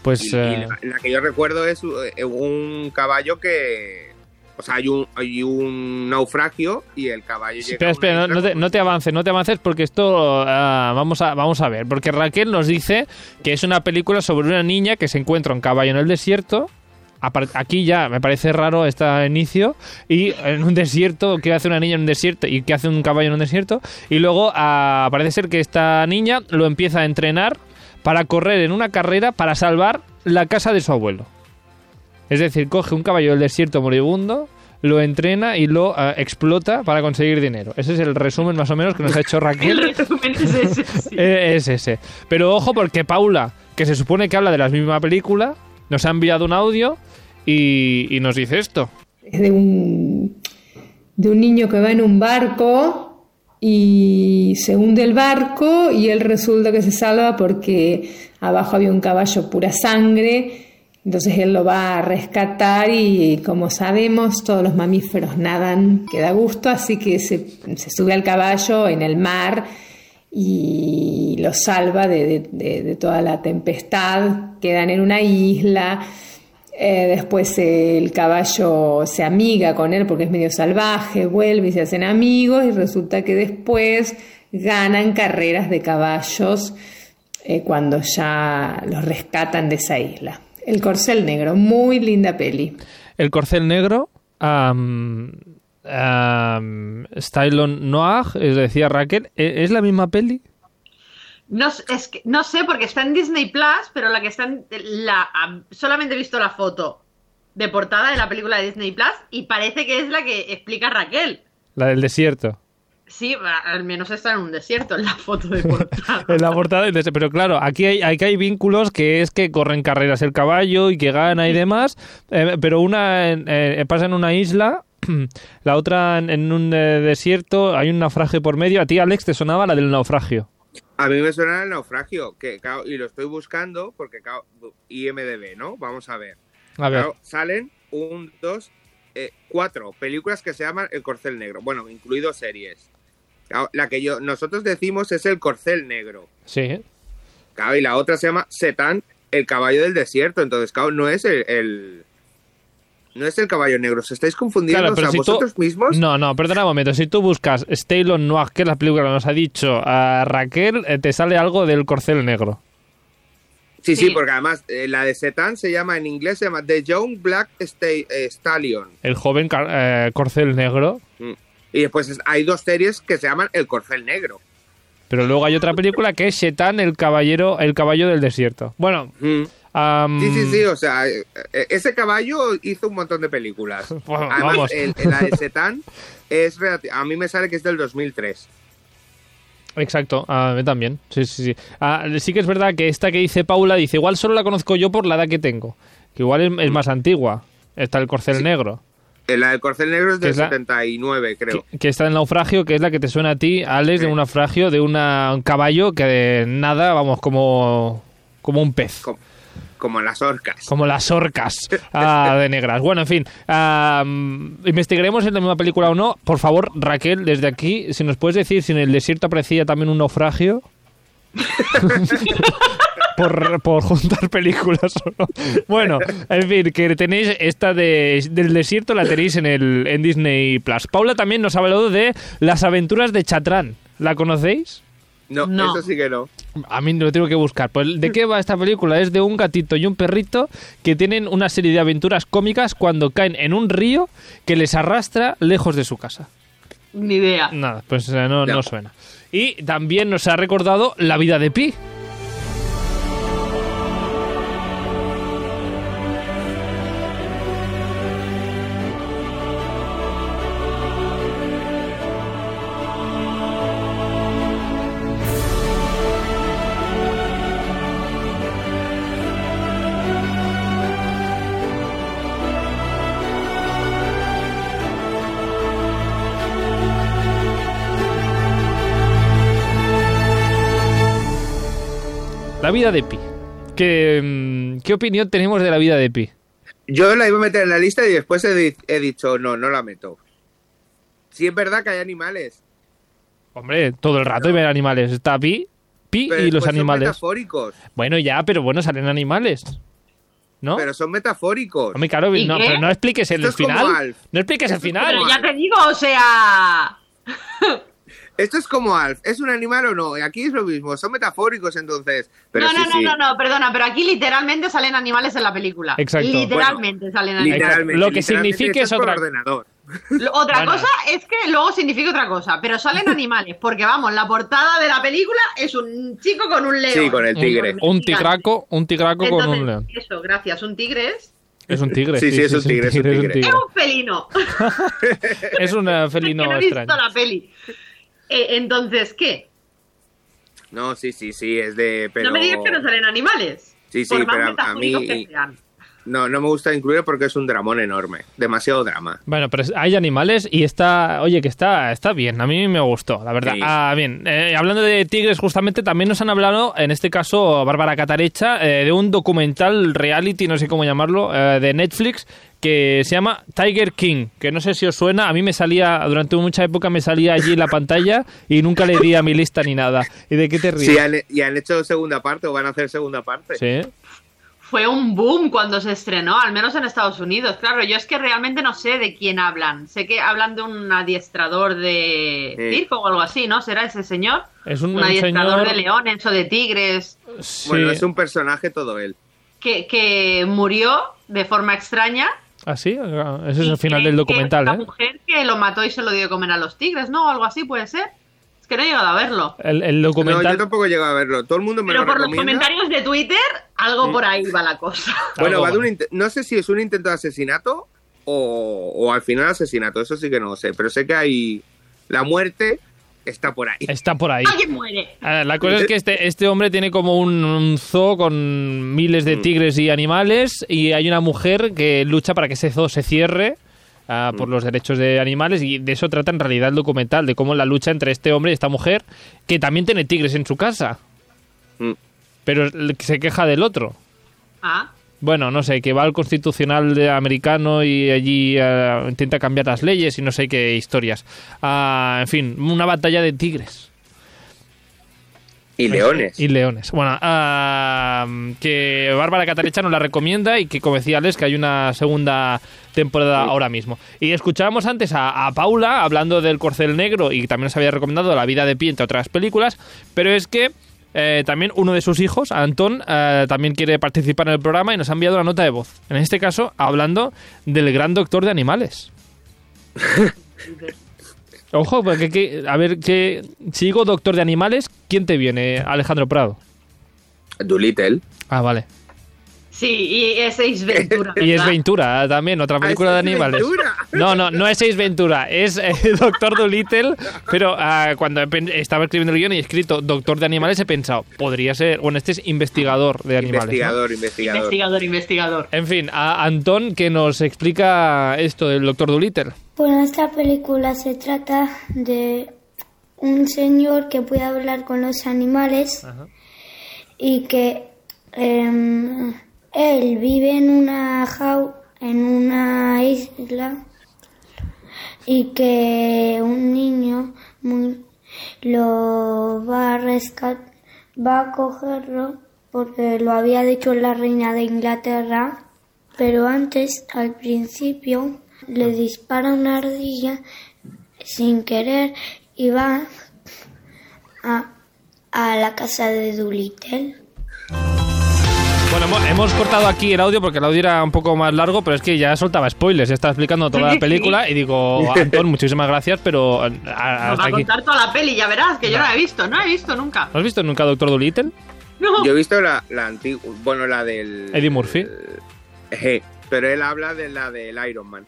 [SPEAKER 1] Pues...
[SPEAKER 2] Y- y
[SPEAKER 1] eh,
[SPEAKER 2] la, la que yo recuerdo es eh, un caballo que... O sea, hay un, hay un naufragio y el caballo llega...
[SPEAKER 1] Espera,
[SPEAKER 2] a una
[SPEAKER 1] espera, no,
[SPEAKER 2] isla
[SPEAKER 1] no te,
[SPEAKER 2] con-
[SPEAKER 1] no te avances, no te avances porque esto ah, vamos, a, vamos a ver. Porque Raquel nos dice que es una película sobre una niña que se encuentra un caballo en el desierto. Apar- Aquí ya me parece raro este inicio. Y en un desierto, ¿qué hace una niña en un desierto? ¿Y qué hace un caballo en un desierto? Y luego ah, parece ser que esta niña lo empieza a entrenar para correr en una carrera para salvar la casa de su abuelo. Es decir, coge un caballo del desierto moribundo, lo entrena y lo eh, explota para conseguir dinero. Ese es el resumen más o menos que nos ha hecho
[SPEAKER 3] El
[SPEAKER 1] Raquel.
[SPEAKER 3] resumen es ese, sí.
[SPEAKER 1] Eh, es ese. Pero ojo porque Paula, que se supone que habla de la misma película, nos ha enviado un audio y, y nos dice esto.
[SPEAKER 8] es de un, de un niño que va en un barco y se hunde el barco y él resulta que se salva porque abajo había un caballo pura sangre, entonces él lo va a rescatar y como sabemos todos los mamíferos nadan, que da gusto, así que se, se sube al caballo en el mar y lo salva de, de- de- de toda la tempestad, quedan en una isla, eh, después eh, el caballo se amiga con él porque es medio salvaje, vuelve y se hacen amigos y resulta que después ganan carreras de caballos eh, cuando ya los rescatan de esa isla. El corcel negro, muy linda peli.
[SPEAKER 1] El corcel negro, am, am, Stylon Noir, es decía Raquel, ¿e- ¿es la misma peli?
[SPEAKER 3] No, s- es que, no sé, porque está en Disney Plus, pero la que está en. La, ah, solamente he visto la foto de portada de la película de Disney Plus y parece que es la que explica Raquel.
[SPEAKER 1] La del desierto.
[SPEAKER 3] Sí, va- al menos está en un desierto en la foto de portada.
[SPEAKER 1] En la portada del deseo. Pero claro, aquí hay, aquí hay vínculos que es que corren carreras el caballo y que gana y demás. eh, pero una en- eh, pasa en una isla, la otra en, en un eh, desierto, hay un naufragio por medio. A ti, Alex, te sonaba la del naufragio.
[SPEAKER 2] A mí me suena el naufragio, que claro, y lo estoy buscando porque claro, IMDB, ¿no? Vamos a ver.
[SPEAKER 1] A ver.
[SPEAKER 2] Claro, salen un, dos, eh, cuatro películas que se llaman El Corcel Negro, bueno, incluido series. Claro, la que yo nosotros decimos es El Corcel Negro,
[SPEAKER 1] Sí.
[SPEAKER 2] claro, y la otra se llama Setán, El Caballo del Desierto, entonces claro, no es el, el- No es el caballo negro, os estáis confundiendo
[SPEAKER 1] Claro, pero
[SPEAKER 2] o sea,
[SPEAKER 1] si tú-
[SPEAKER 2] vosotros mismos.
[SPEAKER 1] No, no, perdona un momento. Si tú buscas Stay on Noir, que es la película que nos ha dicho a Raquel, eh, te sale algo del corcel negro.
[SPEAKER 2] Sí, sí,
[SPEAKER 3] Sí.
[SPEAKER 2] porque además eh, la de Setan se llama en inglés, se llama The Young Black Sta- eh, Stallion.
[SPEAKER 1] El joven car- eh, corcel negro.
[SPEAKER 2] Mm. Y después es- hay dos series que se llaman El Corcel Negro.
[SPEAKER 1] Pero luego hay otra película que es Shetan, el caballero, el caballo del desierto. Bueno,
[SPEAKER 2] Mm.
[SPEAKER 1] am,
[SPEAKER 2] Sí, sí, sí, o sea, eh, eh, ese caballo hizo un montón de películas.
[SPEAKER 1] Bueno, vamos.
[SPEAKER 2] Además, el- el- la de Setan es relati- a mí me sale que es del 2003.
[SPEAKER 1] Exacto, a mí también. Sí, sí, sí. Ah, sí que es verdad que esta que dice Paula dice, igual solo la conozco yo por la edad que tengo. Que igual es, es más antigua. Está el corcel negro.
[SPEAKER 2] Eh, La del Corcel Negro es
[SPEAKER 1] Que
[SPEAKER 2] del
[SPEAKER 1] es la-
[SPEAKER 2] 79, creo.
[SPEAKER 1] Que, que está en naufragio, que es la que te suena a ti, Alex, de
[SPEAKER 2] Sí.
[SPEAKER 1] un naufragio, de una- un caballo que de nada, vamos, como, como un pez.
[SPEAKER 2] Com- Como las orcas.
[SPEAKER 1] Como las orcas ah, de negras. Bueno, en fin, ah, mm, investigaremos si es la misma película o no. Por favor, Raquel, desde aquí, si nos puedes decir si en el desierto aparecía también un naufragio. por, por juntar películas o no. Bueno, en fin, que tenéis esta de, del desierto, la tenéis en, el, en Disney Plus. Paula también nos ha hablado de Las aventuras de Chatrán. ¿La conocéis?
[SPEAKER 2] No,
[SPEAKER 3] No.
[SPEAKER 2] eso sí que no.
[SPEAKER 1] A mí lo tengo que buscar. Pues, ¿De qué va esta película? Es de un gatito y un perrito que tienen una serie de aventuras cómicas cuando caen en un río que les arrastra lejos de su casa.
[SPEAKER 3] Ni idea.
[SPEAKER 1] Nada, pues eh, no,
[SPEAKER 2] Ya.
[SPEAKER 1] no suena. Y también nos ha recordado La vida de Pi. La vida de Pi. ¿Qué, mm, ¿Qué opinión tenemos de La vida de Pi?
[SPEAKER 2] Yo la iba a meter en la lista y después he, di- he dicho, no, no la meto. Sí es verdad que hay animales.
[SPEAKER 1] Hombre, todo el rato hay ver animales. Está Pi, Pi
[SPEAKER 2] Pero pues,
[SPEAKER 1] y los
[SPEAKER 2] después son
[SPEAKER 1] animales.
[SPEAKER 2] metafóricos.
[SPEAKER 1] Bueno, ya, pero bueno, salen animales. ¿No?
[SPEAKER 2] Pero son metafóricos.
[SPEAKER 1] Hombre, claro,
[SPEAKER 3] ¿Y
[SPEAKER 1] no,
[SPEAKER 3] qué?
[SPEAKER 1] pero no expliques el
[SPEAKER 2] Esto es como
[SPEAKER 1] final.
[SPEAKER 2] Alf.
[SPEAKER 1] No expliques el
[SPEAKER 2] Esto es
[SPEAKER 1] final.
[SPEAKER 3] Pero ya te digo, o sea.
[SPEAKER 2] Esto es como Alf. ¿Es un animal o no? Y Aquí es lo mismo. Son metafóricos entonces. Pero
[SPEAKER 3] no,
[SPEAKER 2] sí,
[SPEAKER 3] no, no,
[SPEAKER 2] sí.
[SPEAKER 3] no, no, perdona, pero aquí literalmente salen animales en la película.
[SPEAKER 1] Exacto.
[SPEAKER 3] Literalmente salen animales.
[SPEAKER 2] Literalmente.
[SPEAKER 1] Lo que
[SPEAKER 2] literalmente
[SPEAKER 1] significa
[SPEAKER 2] estás
[SPEAKER 1] es otra-
[SPEAKER 2] por ordenador.
[SPEAKER 3] Lo- Otra
[SPEAKER 1] Bueno.
[SPEAKER 3] cosa es que luego significa otra cosa, pero salen animales, porque vamos, la portada de la película es un chico con un león.
[SPEAKER 2] Sí, con el tigre.
[SPEAKER 3] Con
[SPEAKER 1] Un tigraco, un tigraco con
[SPEAKER 3] Entonces,
[SPEAKER 1] un león.
[SPEAKER 3] Eso, gracias. Un tigre es,
[SPEAKER 1] Es un tigre.
[SPEAKER 2] Sí, sí, es un tigre, es un tigre.
[SPEAKER 3] es un felino.
[SPEAKER 1] Es un eh, felino
[SPEAKER 3] que no he visto
[SPEAKER 1] extraño.
[SPEAKER 3] la peli. Eh, entonces, ¿qué?
[SPEAKER 2] No, sí, sí, sí. Es de. Pero...
[SPEAKER 3] No me digas que no salen animales.
[SPEAKER 2] Sí, sí,
[SPEAKER 3] por más
[SPEAKER 2] pero a- a
[SPEAKER 3] metafóricos
[SPEAKER 2] mí-
[SPEAKER 3] que sean.
[SPEAKER 2] No, no me gusta incluir porque es un dramón enorme. Demasiado drama.
[SPEAKER 1] Bueno, pero es- hay animales y está, oye, que está, está bien. A mí me gustó, la verdad.
[SPEAKER 2] Sí.
[SPEAKER 1] Ah, bien. eh, hablando de tigres, justamente también nos han hablado, en este caso, Bárbara Catarecha, eh, de un documental reality, no sé cómo llamarlo, eh, de Netflix que se llama Tiger King, que no sé si os suena. A mí me salía durante mucha época me salía allí en la pantalla y nunca le di a mi lista ni nada. ¿Y de qué te ríes?
[SPEAKER 2] Sí, han, y han hecho segunda parte o van a hacer segunda parte.
[SPEAKER 1] Sí.
[SPEAKER 3] Fue un boom cuando se estrenó, al menos en Estados Unidos. Claro, yo es que realmente no sé de quién hablan. Sé que hablan de un adiestrador de
[SPEAKER 2] Sí.
[SPEAKER 3] circo o algo así, ¿no? ¿Será ese señor?
[SPEAKER 1] Es un- un
[SPEAKER 3] adiestrador
[SPEAKER 1] señor-
[SPEAKER 3] de leones o de tigres
[SPEAKER 1] Sí,
[SPEAKER 2] Bueno, es un personaje todo él.
[SPEAKER 3] que, que murió de forma extraña.
[SPEAKER 1] así, ah, ese es
[SPEAKER 3] Y
[SPEAKER 1] el final del
[SPEAKER 3] creen que
[SPEAKER 1] documental,
[SPEAKER 3] es
[SPEAKER 1] ¿eh?
[SPEAKER 3] Una mujer que lo mató y se lo dio de comer a los tigres, ¿no? O algo así puede ser. Es que no he llegado a verlo.
[SPEAKER 1] El, el
[SPEAKER 2] No, yo
[SPEAKER 1] documental.
[SPEAKER 2] tampoco he llegado a verlo. Todo el mundo me
[SPEAKER 3] Pero
[SPEAKER 2] lo
[SPEAKER 3] por los
[SPEAKER 2] recomienda.
[SPEAKER 3] comentarios de Twitter, algo por ahí va la cosa.
[SPEAKER 2] Bueno,
[SPEAKER 1] Algo
[SPEAKER 2] va de un
[SPEAKER 1] bueno.
[SPEAKER 2] inte- no sé si es un intento de asesinato o, o al final asesinato, eso sí que no lo sé, pero sé que hay la muerte está por ahí.
[SPEAKER 1] Está por ahí.
[SPEAKER 3] Alguien muere.
[SPEAKER 1] Ah, La cosa es que este, este hombre tiene como un, un zoo con miles
[SPEAKER 2] Mm.
[SPEAKER 1] de tigres y animales y hay una mujer que lucha para que ese zoo se cierre ah,
[SPEAKER 2] Mm.
[SPEAKER 1] por los derechos de animales y de eso trata en realidad el documental, de cómo la lucha entre este hombre y esta mujer, que también tiene tigres en su casa,
[SPEAKER 2] Mm.
[SPEAKER 1] pero el que se queja del otro.
[SPEAKER 3] Ah,
[SPEAKER 1] Bueno, no sé, que va al constitucional de- americano y allí ah, intenta cambiar las leyes y no sé qué historias. Ah, en fin, una batalla de tigres.
[SPEAKER 2] Y leones.
[SPEAKER 1] Y leones. Bueno, ah, que Bárbara Catalecha nos la recomienda y que, como decía Alex, que hay una segunda temporada ahora mismo. Y escuchábamos antes a, a Paula hablando del Corcel Negro y también nos había recomendado La vida de Pi, entre otras películas, pero es que eh, también uno de sus hijos, Antón, eh, también quiere participar en el programa y nos ha enviado una nota de voz. En este caso, hablando del gran doctor de animales. Ojo, porque que- a ver, que, si digo doctor de animales, ¿quién te viene? Alejandro Prado.
[SPEAKER 2] Doolittle.
[SPEAKER 1] Ah, vale.
[SPEAKER 3] Sí, y es Ace Ventura.
[SPEAKER 1] Y es
[SPEAKER 3] ¿verdad?
[SPEAKER 1] Ventura ah, también, otra película de
[SPEAKER 2] Ah, ¿es
[SPEAKER 1] animales.
[SPEAKER 2] Ventura?
[SPEAKER 1] No, no, no es Ace Ventura, es eh, Doctor Dolittle, pero ah, cuando he pen- estaba escribiendo el guión y he escrito Doctor de Animales he pensado, podría ser, bueno, este es investigador de animales. ¿no?
[SPEAKER 2] Investigador, investigador.
[SPEAKER 3] Investigador, investigador.
[SPEAKER 1] En fin, a Antón que nos explica esto del Doctor Dolittle.
[SPEAKER 9] Bueno, Pues esta película se trata de un señor que puede hablar con los animales y que em, él vive en una jau en una isla y que un niño muy- lo va a rescatar, va a cogerlo porque lo había dicho la reina de Inglaterra, pero antes, al principio, le dispara una ardilla sin querer y va a, a la casa de Doolittle.
[SPEAKER 1] Bueno, hemos, hemos cortado aquí el audio porque el audio era un poco más largo, pero es que ya soltaba spoilers, ya estaba explicando toda la
[SPEAKER 3] Sí.
[SPEAKER 1] película y digo, Antón, muchísimas gracias, pero ah, ah,
[SPEAKER 3] Nos va
[SPEAKER 1] hasta
[SPEAKER 3] a
[SPEAKER 1] aquí.
[SPEAKER 3] contar toda la peli, ya verás, que yo no la he visto, no la he visto nunca.
[SPEAKER 1] ¿No has visto nunca Doctor Dolittle?
[SPEAKER 3] No.
[SPEAKER 2] Yo he visto la, la antigua, bueno, la del...
[SPEAKER 1] Eddie Murphy.
[SPEAKER 2] Eh, pero él habla de la del Iron Man.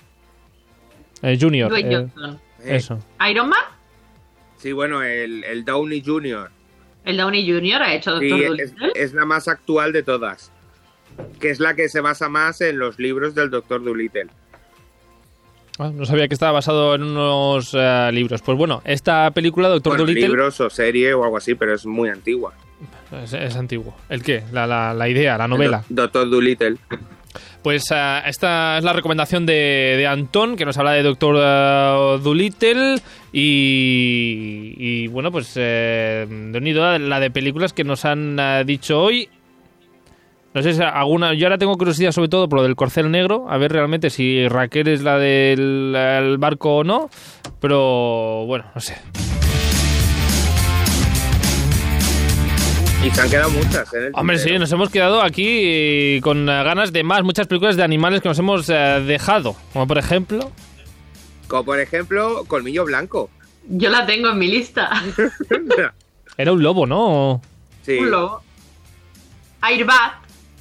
[SPEAKER 1] Eh, junior.
[SPEAKER 3] Dwayne
[SPEAKER 1] eh,
[SPEAKER 3] Johnson.
[SPEAKER 2] Eh,
[SPEAKER 1] eso.
[SPEAKER 3] Iron Man,
[SPEAKER 2] Sí, bueno, el, el Downey Jr.
[SPEAKER 3] el Downey Jr. ha hecho Doctor
[SPEAKER 2] Sí, es,
[SPEAKER 3] Dolittle.
[SPEAKER 2] es la más actual de todas. Que es la que se basa más en los libros del Doctor Dolittle.
[SPEAKER 1] Ah, no sabía que estaba basado en unos eh, libros. Pues bueno, esta película, Doctor
[SPEAKER 2] Bueno,
[SPEAKER 1] Dolittle,
[SPEAKER 2] libros o serie o algo así, pero es muy antigua.
[SPEAKER 1] es, es antiguo. ¿El qué? La, la- la idea, la novela.
[SPEAKER 2] El Do- Doctor Dolittle.
[SPEAKER 1] Pues ah, esta es la recomendación de, de Antón, que nos habla de Doctor eh, Dolittle y, y, bueno, pues eh, de una idea de la de películas que nos han ah, dicho hoy. No sé si alguna... Yo ahora tengo curiosidad sobre todo por lo del corcel negro, a ver realmente si Raquel es la del el barco o no, pero bueno, no sé.
[SPEAKER 2] Y se han quedado muchas ¿eh? en el
[SPEAKER 1] Hombre, sí,
[SPEAKER 2] tintero.
[SPEAKER 1] nos hemos quedado aquí eh, con eh, ganas de más, muchas películas de animales que nos hemos eh, dejado, como por ejemplo...
[SPEAKER 2] Como por ejemplo, Colmillo Blanco.
[SPEAKER 3] Yo la tengo en mi lista.
[SPEAKER 1] Era un lobo, ¿no? O-
[SPEAKER 2] sí.
[SPEAKER 3] Un lobo. Airbat,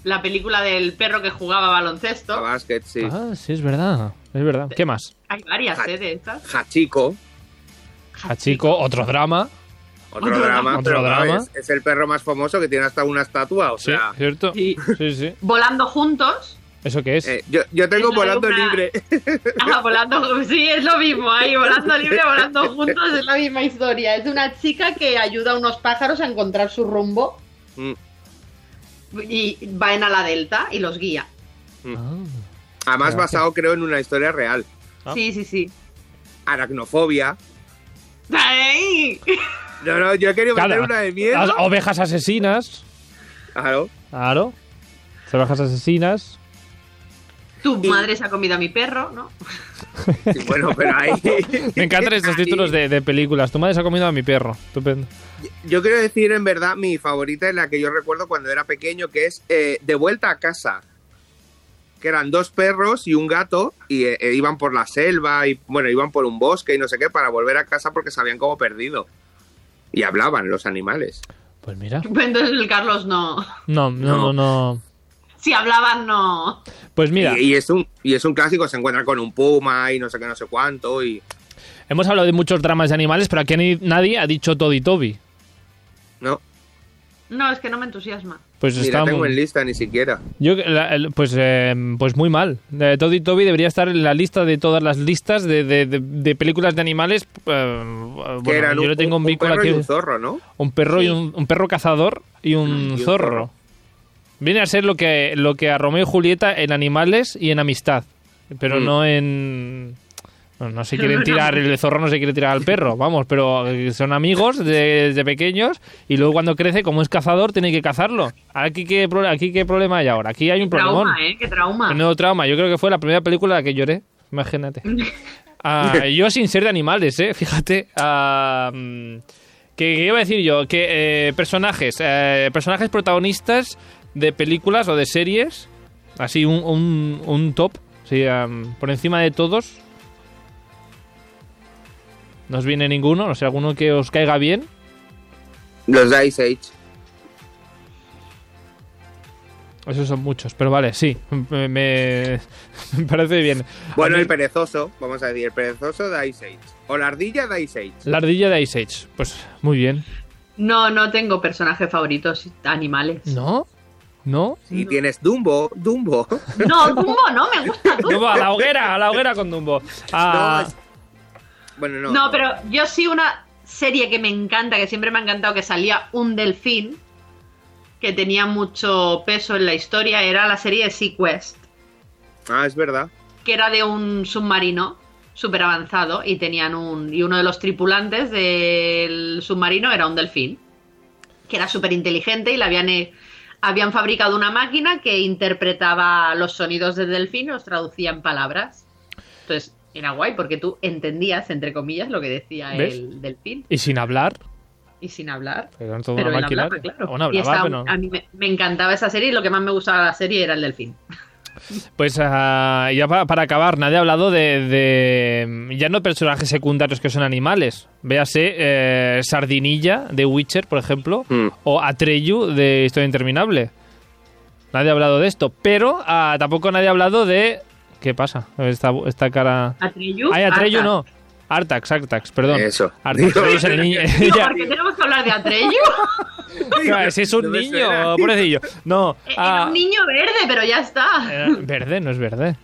[SPEAKER 3] la película del perro que jugaba
[SPEAKER 2] a
[SPEAKER 3] baloncesto.
[SPEAKER 2] Basket, sí.
[SPEAKER 1] Ah, sí, es verdad. Es verdad. ¿Qué más?
[SPEAKER 3] Hay varias, ¿eh? De estas.
[SPEAKER 2] Hachiko,
[SPEAKER 1] A chico, otro drama.
[SPEAKER 2] otro,
[SPEAKER 3] Otro
[SPEAKER 2] drama.
[SPEAKER 1] drama.
[SPEAKER 2] pero,
[SPEAKER 1] Otro
[SPEAKER 2] claro,
[SPEAKER 1] drama.
[SPEAKER 2] Es, es el perro más famoso que tiene hasta una estatua. O
[SPEAKER 1] Sí,
[SPEAKER 2] sea,
[SPEAKER 1] ¿cierto?
[SPEAKER 3] Sí.
[SPEAKER 1] Sí, sí.
[SPEAKER 3] Volando juntos.
[SPEAKER 1] ¿Eso qué es?
[SPEAKER 2] eh, yo, yo tengo
[SPEAKER 3] Es la
[SPEAKER 2] volando
[SPEAKER 3] alumna-
[SPEAKER 2] libre.
[SPEAKER 3] Ah, volando, sí, es lo mismo, ahí, volando libre, volando juntos, es la misma historia. Es de una chica que ayuda a unos pájaros a encontrar su rumbo
[SPEAKER 2] Mm.
[SPEAKER 3] y van a la delta y los guía.
[SPEAKER 1] Ah.
[SPEAKER 2] Además,
[SPEAKER 1] Gracias.
[SPEAKER 2] basado, creo, en una historia real.
[SPEAKER 1] Ah.
[SPEAKER 3] Sí, sí, sí.
[SPEAKER 2] Aracnofobia.
[SPEAKER 3] ¡Ay!
[SPEAKER 2] No, no, yo he querido meter
[SPEAKER 1] Cada-
[SPEAKER 2] una de miedo.
[SPEAKER 1] Las ovejas asesinas.
[SPEAKER 2] Claro.
[SPEAKER 1] Claro. Las ovejas asesinas.
[SPEAKER 3] Tu madre se ha comido a mi perro, ¿no?
[SPEAKER 2] Sí, bueno, pero ahí.
[SPEAKER 1] Me encantan estos
[SPEAKER 2] ahí-
[SPEAKER 1] títulos de, de películas. Tu madre se ha comido a mi perro. Estupendo.
[SPEAKER 2] Yo quiero decir, en verdad, mi favorita es la que yo recuerdo cuando era pequeño, que es eh, De vuelta a casa. Que eran dos perros y un gato, y eh, eh, iban por la selva, y bueno, iban por un bosque y no sé qué, para volver a casa porque se habían como perdido. Y hablaban los animales.
[SPEAKER 1] Pues mira.
[SPEAKER 3] Entonces el Carlos no.
[SPEAKER 1] No, no, no, no.
[SPEAKER 3] Si hablaban, no.
[SPEAKER 1] Pues mira,
[SPEAKER 2] Y, y es un, y es un clásico, se encuentran con un puma y no sé qué, no sé cuánto. Y
[SPEAKER 1] hemos hablado de muchos dramas de animales, pero aquí ni- nadie ha dicho Toddy Toby.
[SPEAKER 2] no,
[SPEAKER 3] No, es que no me entusiasma.
[SPEAKER 1] Pues
[SPEAKER 2] ni la
[SPEAKER 1] estamos.
[SPEAKER 2] tengo en lista ni siquiera.
[SPEAKER 1] Yo, la- el- pues, eh, pues muy mal. Eh, Toddy Toby debería estar en la lista de todas las listas de, de- de- de películas de animales. eh, bueno,
[SPEAKER 2] que eran
[SPEAKER 1] yo
[SPEAKER 2] un,
[SPEAKER 1] lo tengo en
[SPEAKER 2] un- un
[SPEAKER 1] vínculo
[SPEAKER 2] perro
[SPEAKER 1] aquí.
[SPEAKER 2] y un zorro, ¿no?
[SPEAKER 1] Un perro y un, un perro cazador y un,
[SPEAKER 2] Y un
[SPEAKER 1] zorro.
[SPEAKER 2] zorro.
[SPEAKER 1] Viene a ser lo que, lo que a Romeo y Julieta en animales y en amistad, pero
[SPEAKER 2] Mm.
[SPEAKER 1] no en, No, no se quieren tirar, el zorro no se quiere tirar al perro, vamos, pero eh, son amigos de- desde pequeños y luego cuando crece, como es cazador, tiene que cazarlo. Aquí qué, pro- aquí qué problema hay ahora, aquí hay un problema.
[SPEAKER 3] Trauma, ¿eh? Qué trauma.
[SPEAKER 1] Un nuevo trauma. Yo creo que fue la primera película en la que lloré. Imagínate. Ah, yo sin ser de animales, ¿eh? Fíjate. Ah, mm, que, que iba a decir yo? Que eh, personajes, eh, personajes protagonistas de películas o de series, así un, un- un top, sí, am, por encima de todos. No os viene ninguno, no sé, alguno que os caiga bien.
[SPEAKER 2] Los Dice Age.
[SPEAKER 1] Esos son muchos, pero vale, sí, me, me- me parece bien.
[SPEAKER 2] Bueno,
[SPEAKER 1] A mí-
[SPEAKER 2] el perezoso, vamos a decir, el perezoso Dice Age. O la ardilla Dice Age.
[SPEAKER 1] La ardilla de Ice Age. Pues muy bien.
[SPEAKER 3] No, no tengo personajes favoritos animales.
[SPEAKER 1] ¿No? ¿No?
[SPEAKER 2] Y tienes Dumbo, Dumbo.
[SPEAKER 3] No, Dumbo no me gusta. Dumbo.
[SPEAKER 1] Dumbo, a la hoguera, a la hoguera con Dumbo. Ah,
[SPEAKER 2] No, es- Bueno, no.
[SPEAKER 3] No, pero yo sí una serie que me encanta, que siempre me ha encantado, que salía un delfín que tenía mucho peso en la historia, era la serie de Sequest,
[SPEAKER 2] Ah, es verdad.
[SPEAKER 3] que era de un submarino súper avanzado y tenían un y uno de los tripulantes del submarino era un delfín que era súper inteligente y le habían eh, habían fabricado una máquina que interpretaba los sonidos del delfín y los traducía en palabras entonces era guay porque tú entendías entre comillas lo que decía
[SPEAKER 1] ¿Ves?
[SPEAKER 3] el delfín
[SPEAKER 1] y sin hablar.
[SPEAKER 3] y sin hablar.
[SPEAKER 1] Pero era toda
[SPEAKER 3] Pero
[SPEAKER 1] una
[SPEAKER 3] él
[SPEAKER 1] máquina.
[SPEAKER 3] hablaba, claro.
[SPEAKER 1] Bueno,
[SPEAKER 3] y
[SPEAKER 1] hablaba, pero-
[SPEAKER 3] estaba- a mí me, me encantaba esa serie y lo que más me gustaba de la serie era el delfín.
[SPEAKER 1] Pues ah, ya pa- para acabar, nadie ha hablado de, de- Ya no personajes secundarios que son animales. Véase eh, Sardinilla de Witcher, por ejemplo,
[SPEAKER 2] Mm.
[SPEAKER 1] o Atreyu de Historia Interminable. Nadie ha hablado de esto. Pero ah, tampoco nadie ha hablado de. ¿Qué pasa? Esta, esta cara.
[SPEAKER 3] Atreyu.
[SPEAKER 1] Ay, Atreyu
[SPEAKER 3] Artax.
[SPEAKER 1] no. Artax, Artax, perdón.
[SPEAKER 2] Eso.
[SPEAKER 1] Artax
[SPEAKER 2] Digo-
[SPEAKER 1] es el niño.
[SPEAKER 3] Digo,
[SPEAKER 1] Ya.
[SPEAKER 3] ¿por qué tenemos que hablar de Atreyu?
[SPEAKER 1] Claro, si es un
[SPEAKER 2] No me
[SPEAKER 1] niño,
[SPEAKER 2] suena.
[SPEAKER 1] pobrecillo. No.
[SPEAKER 3] Eh, era
[SPEAKER 1] ah,
[SPEAKER 3] un niño verde, pero ya está.
[SPEAKER 1] eh, verde, no es verde.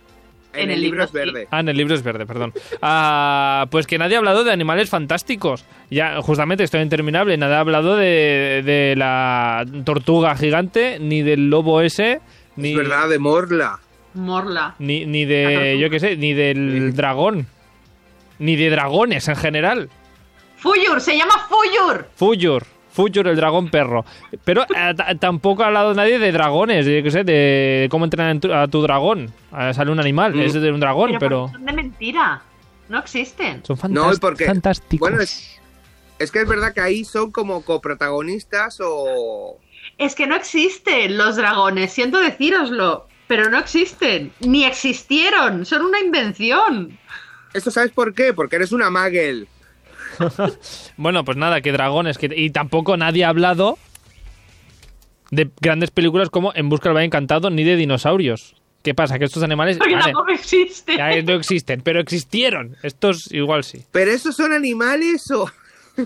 [SPEAKER 2] En el libro es verde.
[SPEAKER 1] Ah, en el libro es verde, perdón. Ah, pues que nadie ha hablado de animales fantásticos. Ya, justamente, estoy interminable. Nadie ha hablado de, de la tortuga gigante, ni del lobo ese, ni,
[SPEAKER 2] Es verdad, de Morla.
[SPEAKER 3] Morla.
[SPEAKER 1] ni, ni
[SPEAKER 3] La
[SPEAKER 1] de,
[SPEAKER 3] tortuga.
[SPEAKER 1] yo qué sé, ni del dragón. Ni de dragones en general.
[SPEAKER 3] Fuyur, se llama Fuyur.
[SPEAKER 1] Fuyur. Fuyur, el dragón perro. Pero eh, ta- tampoco ha hablado nadie de dragones, yo qué sé, de cómo entrenar a tu, a tu dragón. Ah, sale un animal,
[SPEAKER 2] Mm.
[SPEAKER 1] es de un dragón, pero...
[SPEAKER 3] son de mentira. No existen.
[SPEAKER 1] Son
[SPEAKER 2] No,
[SPEAKER 1] fantásticos.
[SPEAKER 2] porque-
[SPEAKER 1] fantásticos.
[SPEAKER 2] Bueno, es, es que es verdad que ahí son como coprotagonistas o.
[SPEAKER 3] Es que no existen los dragones, siento decíroslo. Pero no existen. Ni existieron. Son una invención.
[SPEAKER 2] ¿Esto sabes por qué? Porque eres una Magel.
[SPEAKER 1] Bueno, pues nada, que dragones. Que... Y tampoco nadie ha hablado de grandes películas como En Busca del Valle Encantado ni de dinosaurios. ¿Qué pasa? Que estos animales
[SPEAKER 3] Porque
[SPEAKER 1] vale,
[SPEAKER 3] tampoco existen.
[SPEAKER 1] ya no existen, pero existieron. Estos igual sí.
[SPEAKER 2] ¿Pero esos son animales o.?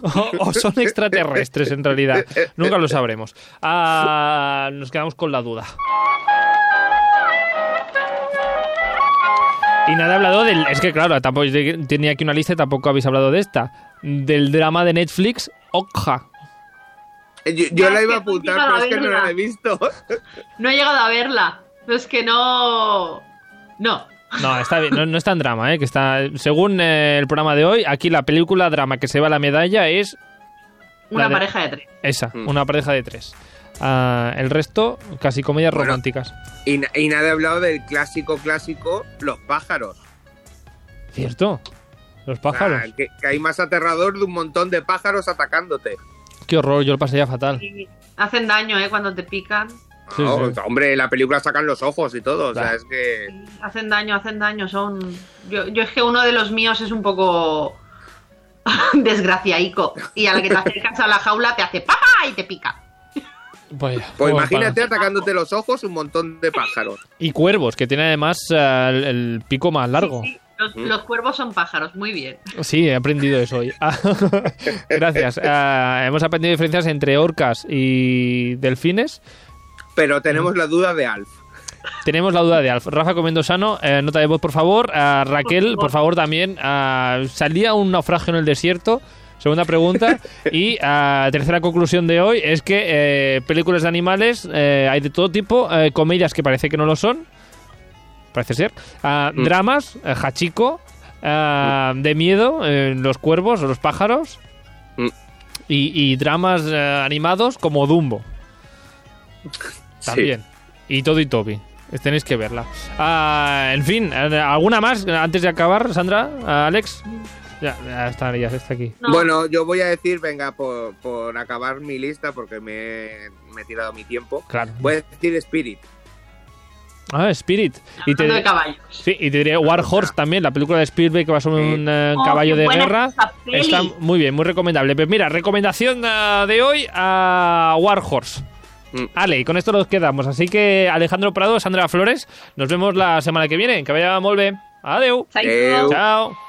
[SPEAKER 1] O, o son extraterrestres en realidad. Nunca lo sabremos. Ah, nos quedamos con la duda. Y nada ha hablado del. Es que claro, tampoco tenía aquí una lista y tampoco habéis hablado de esta. Del drama de Netflix, Okja.
[SPEAKER 2] Yo, yo
[SPEAKER 3] Ya,
[SPEAKER 2] la
[SPEAKER 3] es
[SPEAKER 2] iba a
[SPEAKER 3] que
[SPEAKER 2] apuntar, pero
[SPEAKER 3] contigo la
[SPEAKER 2] es que no
[SPEAKER 3] verga.
[SPEAKER 2] la he visto.
[SPEAKER 3] No he llegado a verla. No es que no. No.
[SPEAKER 1] No, está bien, no, no es tan drama, ¿eh? Que está, según eh, el programa de hoy, aquí la película drama que se va a la medalla es
[SPEAKER 3] Una
[SPEAKER 1] La de-
[SPEAKER 3] pareja de tres.
[SPEAKER 1] esa,
[SPEAKER 2] Mm.
[SPEAKER 1] una pareja de tres. Ah, el resto, casi comedias
[SPEAKER 2] Bueno.
[SPEAKER 1] románticas.
[SPEAKER 2] Y, na- y nadie ha hablado del clásico, clásico, los pájaros.
[SPEAKER 1] ¿Cierto? Los
[SPEAKER 2] Ah,
[SPEAKER 1] pájaros.
[SPEAKER 2] que, que hay más aterrador de un montón de pájaros atacándote.
[SPEAKER 1] Qué horror, yo lo pasaría fatal.
[SPEAKER 3] Y Hacen daño, ¿eh? Cuando te pican.
[SPEAKER 1] Sí,
[SPEAKER 2] Ah,
[SPEAKER 1] sí.
[SPEAKER 2] Hombre, en la película sacan los ojos y todo. O
[SPEAKER 1] Bah.
[SPEAKER 2] sea, es que.
[SPEAKER 3] Hacen daño, hacen daño. Son. Yo, yo es que uno de los míos es un poco. desgraciaico. Y a la que te acercas a la jaula te hace ¡Papá! y te pica.
[SPEAKER 1] Vaya,
[SPEAKER 2] Pues
[SPEAKER 1] oh,
[SPEAKER 2] imagínate
[SPEAKER 1] para.
[SPEAKER 2] atacándote los ojos un montón de pájaros.
[SPEAKER 1] Y cuervos, que tiene además ah, el, el pico más largo.
[SPEAKER 3] Sí, sí, Los,
[SPEAKER 2] Mm.
[SPEAKER 3] los cuervos son pájaros, muy bien.
[SPEAKER 1] Sí, he aprendido eso hoy. Ah, Gracias. Ah, hemos aprendido diferencias entre orcas y delfines.
[SPEAKER 2] Pero tenemos la duda de Alf.
[SPEAKER 1] Tenemos la duda de Alf. Rafa Comendosano, eh, nota de voz, por favor. A Raquel, por favor, también. Ah, salía un naufragio en el desierto. Segunda pregunta. Y ah, tercera conclusión de hoy es que eh, películas de animales eh, hay de todo tipo. eh, Mm. comedias que parece que no lo son. Parece ser. ah, Dramas, eh, Hachiko. ah, de miedo, eh, los cuervos, los pájaros
[SPEAKER 2] Mm.
[SPEAKER 1] y, y dramas eh, animados como Dumbo. También. Y todo y Toby. Es- Tenéis que verla. Ah, en fin, eh, ¿alguna más antes de acabar, Sandra? Ah, ¿Alex? Ya, ya está, ya está aquí.
[SPEAKER 3] No.
[SPEAKER 2] Bueno, yo voy a decir, venga, por, por acabar mi lista, porque me, he- me he tirado mi tiempo.
[SPEAKER 1] Claro.
[SPEAKER 2] Voy a decir Spirit.
[SPEAKER 1] Ah, Spirit. Y
[SPEAKER 3] Hablando
[SPEAKER 1] te,
[SPEAKER 3] de caballos.
[SPEAKER 1] sí, y te diré War Horse también, la película de Spielberg que va sobre
[SPEAKER 2] Sí.
[SPEAKER 1] un eh,
[SPEAKER 3] Oh,
[SPEAKER 1] caballo
[SPEAKER 3] qué
[SPEAKER 1] de
[SPEAKER 3] buena
[SPEAKER 1] guerra.
[SPEAKER 3] es esa peli.
[SPEAKER 1] Está muy bien, muy recomendable. Pues mira, recomendación ah, de hoy a War Horse.
[SPEAKER 2] Mm.
[SPEAKER 1] Ale, y con esto nos quedamos. Así que Alejandro Prado, Sandra Flores, nos vemos la semana que viene. Que vaya muy bien. Adeu.
[SPEAKER 3] Saito.
[SPEAKER 2] Eh,
[SPEAKER 1] Chao.